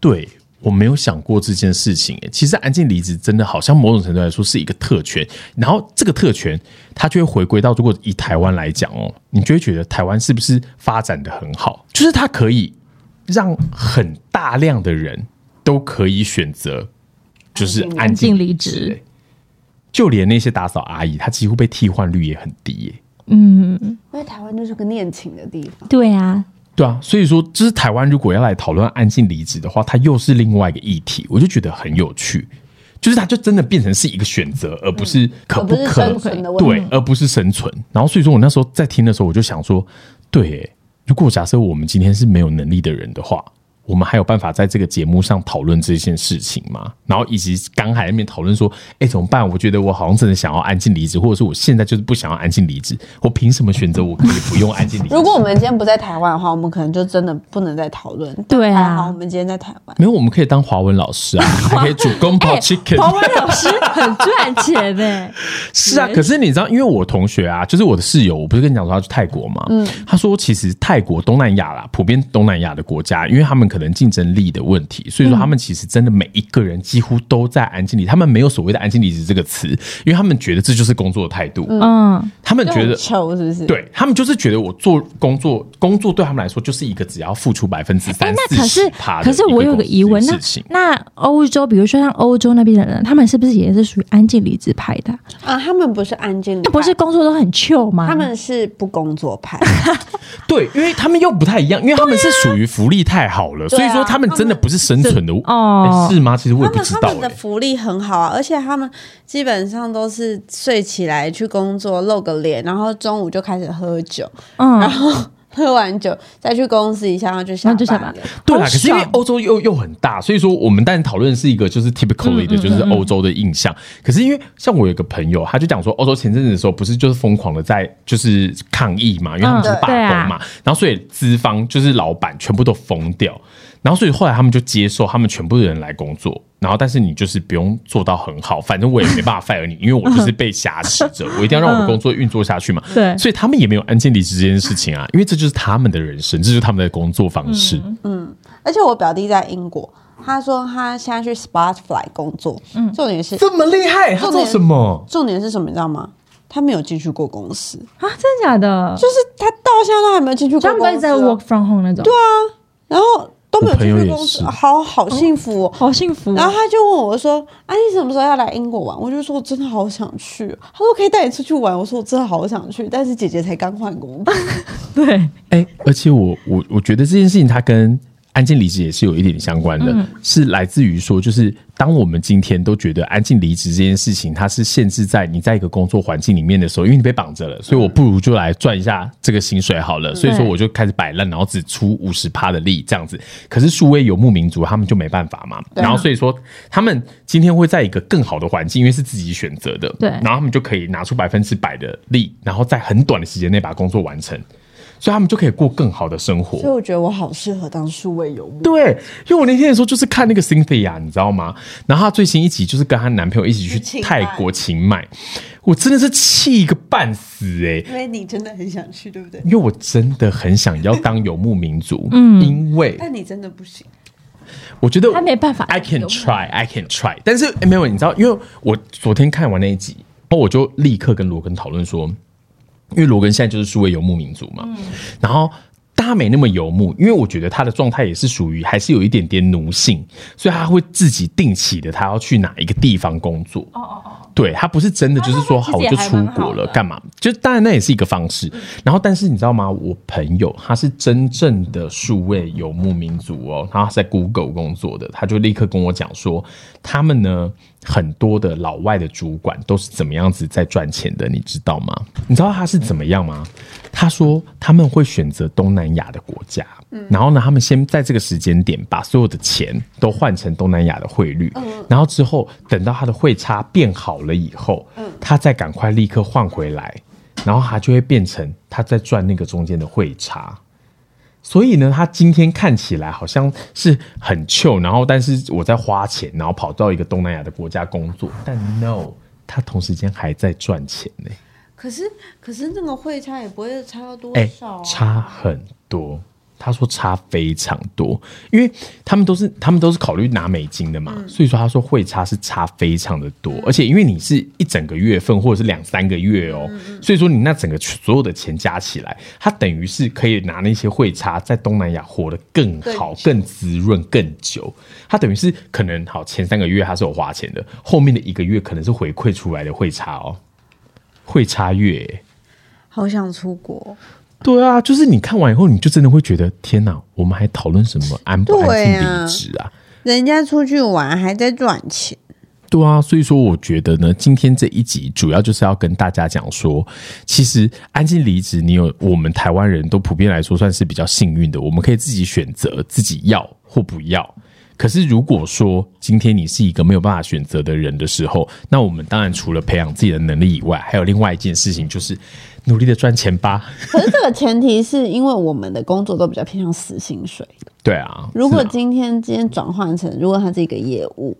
Speaker 1: 对我没有想过这件事情、欸。其实安静离职真的好像某种程度来说是一个特权，然后这个特权它就会回归到，如果以台湾来讲哦，你就会觉得台湾是不是发展的很好？就是它可以让很大量的人都可以选择，就是安静
Speaker 3: 离
Speaker 1: 职
Speaker 3: 职
Speaker 1: 欸。就连那些打扫阿姨，她几乎被替换率也很低耶、
Speaker 6: 因为台湾就是个恋情的地方，
Speaker 3: 对啊，
Speaker 1: 对啊，所以说，就是台湾如果要来讨论安静离职的话，它又是另外一个议题，我就觉得很有趣。就是它就真的变成是一个选择，而不是可
Speaker 6: 嗯而不是
Speaker 1: 可
Speaker 6: 生存的问题
Speaker 1: 对，而不是生存。然后，所以说我那时候在听的时候，我就想说，对耶，如果假设我们今天是没有能力的人的话，我们还有办法在这个节目上讨论这件事情吗？然后以及刚还在那边讨论说，哎，怎么办？我觉得我好像真的想要安静离职，或者是我现在就是不想要安静离职，我凭什么选择我可以不用安静离职？
Speaker 6: 如果我们今天不在台湾的话，我们可能就真的不能再讨论。哎
Speaker 3: 对啊
Speaker 6: 还好我们今天在台湾。
Speaker 1: 没有，我们可以当华文老 师啊，还可以主攻
Speaker 3: 哎
Speaker 1: 跑 chicken。
Speaker 3: 华文老师很赚钱呢、
Speaker 1: 是啊，可是你知道，因为我同学啊，就是我的室友，我不是跟你讲说他去泰国嘛，
Speaker 3: 嗯
Speaker 1: 他说其实泰国东南亚啦，普遍东南亚的国家，因为他们可能竞争力的问题，所以说他们其实真的每一个人几乎都在安静里，他们没有所谓的安静离职这个词，因为他们觉得这就是工作的态度，
Speaker 3: 嗯，
Speaker 1: 他们觉
Speaker 6: 就
Speaker 1: 得
Speaker 6: 很臭是不是？，
Speaker 1: 对他们就是觉得我做工作，工作对他们来说就是一个只要付出百分之
Speaker 3: 哎、
Speaker 1: 三
Speaker 3: 那
Speaker 1: 四
Speaker 3: 可
Speaker 1: 十
Speaker 3: 是
Speaker 1: 趴的
Speaker 3: 可是
Speaker 1: 一
Speaker 3: 我有
Speaker 1: 公
Speaker 3: 个
Speaker 1: 司
Speaker 3: 疑问，那
Speaker 1: 事情
Speaker 3: 那欧洲，比如说像欧洲那边的人，他们是不是也是属于安静离职派的啊？
Speaker 6: 啊，他们不是安静，
Speaker 3: 那不是，工作都很 chill 吗？
Speaker 6: 他们是不工作派，
Speaker 1: 对，因为他们又不太一样，因为他们是属于福利太好了，所以说他们真的不是生存的
Speaker 3: 哦
Speaker 1: 诶是吗？其实 我也
Speaker 4: 他
Speaker 1: 不
Speaker 4: 啊们
Speaker 1: 知
Speaker 4: 他
Speaker 1: 道
Speaker 4: 们的
Speaker 1: 诶
Speaker 4: 福利很好啊，而且他们基本上都是
Speaker 1: 欸
Speaker 4: 睡起来去工作，露个脸，然后中午就开始喝酒，
Speaker 3: 嗯，
Speaker 4: 然后喝完酒再去公司一下，然后就下
Speaker 3: 然后就下
Speaker 4: 班
Speaker 3: 班
Speaker 4: 了。
Speaker 1: 对啦，
Speaker 3: 好
Speaker 1: 可是因为
Speaker 3: 爽
Speaker 1: 欧洲又又很大，所以说我们当然讨论是一个就是
Speaker 3: 嗯
Speaker 1: typically 的，就是欧洲的印象。可是因为像我有个朋友，他就讲说，欧洲前阵子的时候不是就是疯狂的在就是抗议嘛，因为他们是
Speaker 3: 嗯
Speaker 1: 罢
Speaker 3: 对啊
Speaker 1: 工嘛，然后所以资方就是老板全部都疯掉，然后所以后来他们就接受他们全部的人来工作。然后，但是你就是不用做到很好，反正我也没办法 fire 你，因为我就是被挟持着，我一定要让我的工作运作下去嘛。
Speaker 3: 对
Speaker 1: 所以他们也没有安静离职这件事情啊，因为这就是他们的人生，这就是他们的工作方式。
Speaker 4: 而且我表弟在英国，他说他现在去 Spotify 工作，嗯，重点是
Speaker 1: 这么厉害，他做什么？
Speaker 4: 重点是什么，你知道吗？他没有进去过公司，就
Speaker 3: 啊，真的假的？
Speaker 4: 是他到现在都还没有进去过
Speaker 3: 他们
Speaker 4: 公
Speaker 3: 都一直
Speaker 4: 司
Speaker 3: 在
Speaker 4: 哦，
Speaker 3: work from home 那种，对啊，
Speaker 4: 然后都没有
Speaker 1: 我
Speaker 4: 进
Speaker 1: 朋
Speaker 4: 去
Speaker 1: 友也
Speaker 4: 公司，
Speaker 1: 是
Speaker 4: 好好幸福哦。
Speaker 3: 好幸福哦。
Speaker 4: 然后他就问我说：“啊，你什么时候要来英国玩？”我就说：“我真的好想去哦。”他说：“可以带你出去玩。”我说：“我真的好想去。”但是姐姐才刚换工作，
Speaker 3: 对，
Speaker 1: 哎、而且我我我觉得这件事情它跟安静离职也是有一点相关的，是来自于说，就是当我们今天都觉得安静离职这件事情，它是限制在你在一个工作环境里面的时候，因为你被绑着了，所以我不如就来赚一下这个薪水好了，所以说我就开始摆烂，然后只出五十趴的力这样子。可是数位游牧民族他们就没办法嘛，然后所以说他们今天会在一个更好的环境，因为是自己选择的，
Speaker 3: 对
Speaker 1: 然后他们就可以拿出百分之百的力，然后在很短的时间内把工作完成。所以他们就可以过更好的生
Speaker 4: 所以
Speaker 1: 活。
Speaker 4: 我觉得我好适合当数位游牧。
Speaker 1: 对，因为我那天的时候就是看那个 Cynthia，你知道吗？然后她最新一集就是跟她男朋友一起去
Speaker 4: 清迈
Speaker 1: 泰国清迈，我真的是气个半死哎、
Speaker 4: 因为你真的很想去，对不对？
Speaker 1: 因为我真的很想要当游牧民族，嗯，因为
Speaker 4: 但你真的不行。
Speaker 1: 我觉得
Speaker 3: 他没办法
Speaker 1: ，I can
Speaker 3: 游牧
Speaker 1: try, I can try，但是、欸没有，你知道，因为我昨天看完那一集，然后我就立刻跟罗根讨论说，因为罗根现在就是数位游牧民族嘛，
Speaker 3: 嗯
Speaker 1: 然后。大家没那么游牧，因为我觉得他的状态也是属于还是有一点点奴性，所以他会自己定期的他要去哪一个地方工作。哦哦哦，对他不是真的就是说
Speaker 5: 啊那他
Speaker 1: 好
Speaker 5: 其实也
Speaker 1: 我就
Speaker 5: 还
Speaker 1: 出
Speaker 5: 蛮
Speaker 1: 国
Speaker 5: 好
Speaker 1: 了
Speaker 5: 的嗯
Speaker 1: 干嘛？就当然那也是一个方式。然后但是你知道吗？我朋友他是真正的数位游牧民族哦，他在 Google 工作的，他就立刻跟我讲说，他们呢很多的老外的主管都是怎么样子在赚钱的，你知道吗？你知道他是怎么样吗？他说他们会选择东南亚的国家，然后呢，他们先在这个时间点把所有的钱都换成东南亚的汇率，然后之后等到他的汇差变好了以后，他再赶快立刻换回来，然后他就会变成他在赚那个中间的汇差。所以呢，他今天看起来好像是很穷，然后但是我在花钱，然后跑到一个东南亚的国家工作，但 no，他同时间还在赚钱呢、
Speaker 4: 可是，可是那个汇差也不会差到多
Speaker 1: 哎、
Speaker 4: 少、啊
Speaker 1: 差很多。他说差非常多，因为他们都是他们都是考虑拿美金的嘛，
Speaker 4: 嗯
Speaker 1: 所以说他说汇差是差非常的多，而且因为你是一整个月份或者是两三个月哦，
Speaker 4: 嗯
Speaker 1: 所以说你那整个所有的钱加起来，它等于是可以拿那些汇差在东南亚活得更好、更滋润、更久。它等于是可能好前三个月他是有花钱的，后面的一个月可能是回馈出来的汇差哦，汇差月、欸
Speaker 4: 好想出国，
Speaker 1: 对啊，就是你看完以后，你就真的会觉得天哪，我们还讨论什么安不安静
Speaker 4: 对啊
Speaker 1: 离职啊？
Speaker 4: 人家出去玩还在赚钱，
Speaker 1: 对啊，所以说我觉得呢，今天这一集主要就是要跟大家讲说，其实安静离职，你有我们台湾人都普遍来说算是比较幸运的，我们可以自己选择自己要或不要。可是如果说今天你是一个没有办法选择的人的时候，那我们当然除了培养自己的能力以外，还有另外一件事情就是努力的赚钱吧。
Speaker 4: 可是这个前提是因为我们的工作都比较偏向死薪水。
Speaker 1: 对啊，
Speaker 4: 如果
Speaker 1: 是啊
Speaker 4: 今天今天转换成，如果它是一个业务，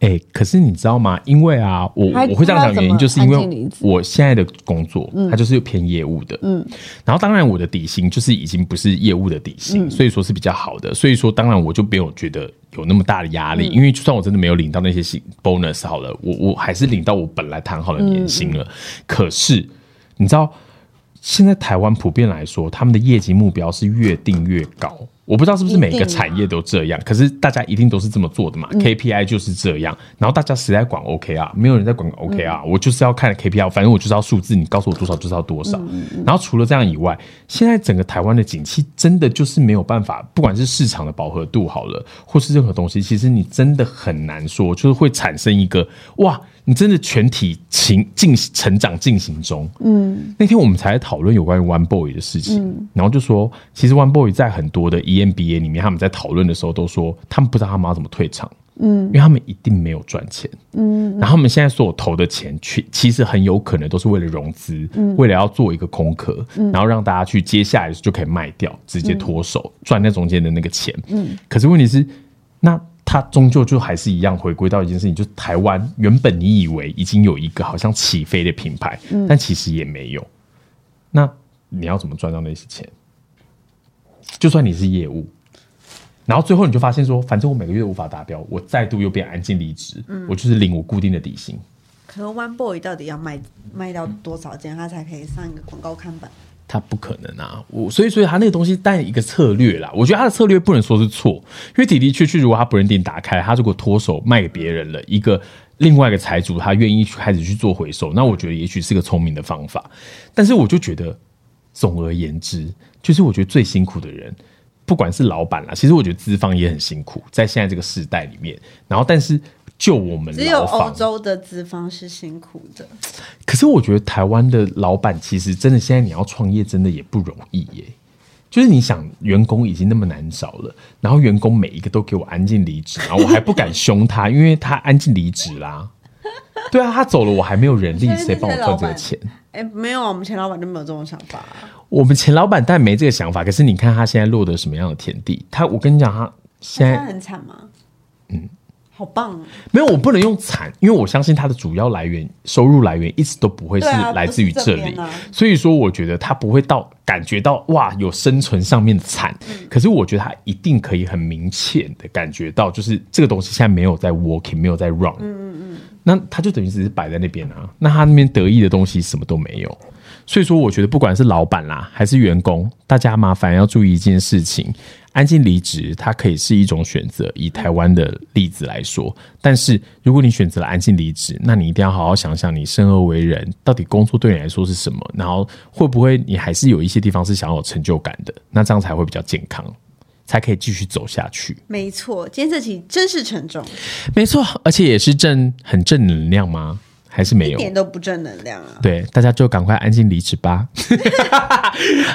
Speaker 1: 哎、可是你知道吗？因为啊，我
Speaker 4: 还
Speaker 1: 我会这样讲，原因就是因
Speaker 4: 他要怎么安静离
Speaker 1: 为
Speaker 4: 职嗯
Speaker 1: 我现在的工作，它就是偏业务的，嗯，然后当然我的底薪就是已经不是业务的底薪，
Speaker 4: 嗯
Speaker 1: 所以说是比较好的，所以说当然我就没有觉得有那么大的压
Speaker 4: 嗯
Speaker 1: 力，因为就算我真的没有领到那些薪 bonus 好了，我我还是领到我本来谈好的年薪
Speaker 4: 嗯
Speaker 1: 了。可是你知道，现在台湾普遍来说，他们的业绩目标是越定越高。我不知道是不是每个产业都这样，可是大家一定都是这么做的嘛、k p i 就是这样，然后大家谁在管 OK 啊？没有人在管 OK 啊、我就是要看 KPI，反正我就是要数字，你告诉我多少就是要多少。然后除了这样以外，现在整个台湾的景气真的就是没有办法，不管是市场的饱和度好了，或是任何东西，其实你真的很难说，就是会产生一个哇，你真的全体情进行成长进行中。
Speaker 4: 嗯，
Speaker 1: 那天我们才讨论有关于 One Boy 的事情，然后就说，其实 One Boy 在很多的 E EMBA 里面，他们在讨论的时候都说，他们不知道他们要怎么退场，嗯，因为他们一定没有赚钱，嗯，然后他们现在所有投的钱，去其实很有可能都是为了融资，为了要做一个空壳，然后让大家去接下来就可以卖掉，直接脱手赚那中间的那个钱，嗯，可是问题是，那。它终究就还是一样回归到一件事情，就是台湾原本你以为已经有一个好像起飞的品牌，但其实也没有。那你要怎么赚到那些钱？就算你是业务，然后最后你就发现说，反正我每个月无法达标，我再度又变安静离职，我就是领我固定的底薪。
Speaker 7: 可是 One Boy 到底要卖卖到多少件，他才可以上一个广告看板？
Speaker 1: 他不可能啊！我所以所以他那个东西带一个策略啦，我觉得他的策略不能说是错，因为的的确确，如果他不认定打开，他如果脱手卖给别人了，一个另外一个财主，他愿意去开始去做回收，那我觉得也许是个聪明的方法。但是我就觉得，总而言之，就是我觉得最辛苦的人，不管是老板啦，其实我觉得资方也很辛苦，在现在这个时代里面，然后但是就我们
Speaker 7: 只有
Speaker 1: 劳
Speaker 7: 欧
Speaker 1: 方
Speaker 7: 洲的资方是辛苦的，
Speaker 1: 可是我觉得台湾的老板其实真的现在你要创业真的也不容易耶。就是你想，员工已经那么难找了，然后员工每一个都给我安静离职，然后我还不敢凶他， 因为他安静离职啦。对啊，他走了，我还没有人力，谁帮我赚这个钱？
Speaker 7: 哎，没有啊，我们前老板就没有这种想法啊、
Speaker 1: 我们前老板但没这个想法，可是你看他现在落得什么样的田地？他，我跟你讲，他现
Speaker 7: 那
Speaker 1: 在
Speaker 7: 他很惨吗？嗯，好棒哦，
Speaker 1: 没有，我不能用惨，因为我相信他的主要来源、收入来源一直都不会是
Speaker 7: 对啊
Speaker 1: 来自于这
Speaker 7: 不是
Speaker 1: 里，
Speaker 7: 这边啊
Speaker 1: 所以说我觉得他不会到感觉到哇有生存上面的惨，
Speaker 7: 嗯
Speaker 1: 可是我觉得他一定可以很明显的感觉到，就是这个东西现在没有在 working，没有在 run，嗯嗯嗯，那他就等于只是摆在那边啊，那他那边得意的东西什么都没有。所以说，我觉得不管是老板啦，还是员工，大家麻烦要注意一件事情：安静离职，它可以是一种选择。以台湾的例子来说，但是如果你选择了安静离职，那你一定要好好想想，你生而为人，到底工作对你来说是什么？然后会不会你还是有一些地方是想要有成就感的？那这样才会比较健康，才可以继续走下去。
Speaker 7: 没错，今天这期真是沉重，
Speaker 1: 没错，而且也是正很正能量吗？还是没
Speaker 7: 一
Speaker 1: 有？
Speaker 7: 点都不正能量啊。
Speaker 1: 对，大家就赶快安静离职吧。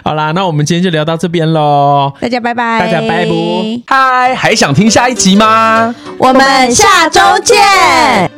Speaker 1: 好啦，那我们今天就聊到这边喽，
Speaker 4: 大家拜拜，
Speaker 1: 大家拜不？嗨，还想听下一集吗？
Speaker 4: 我们下周见。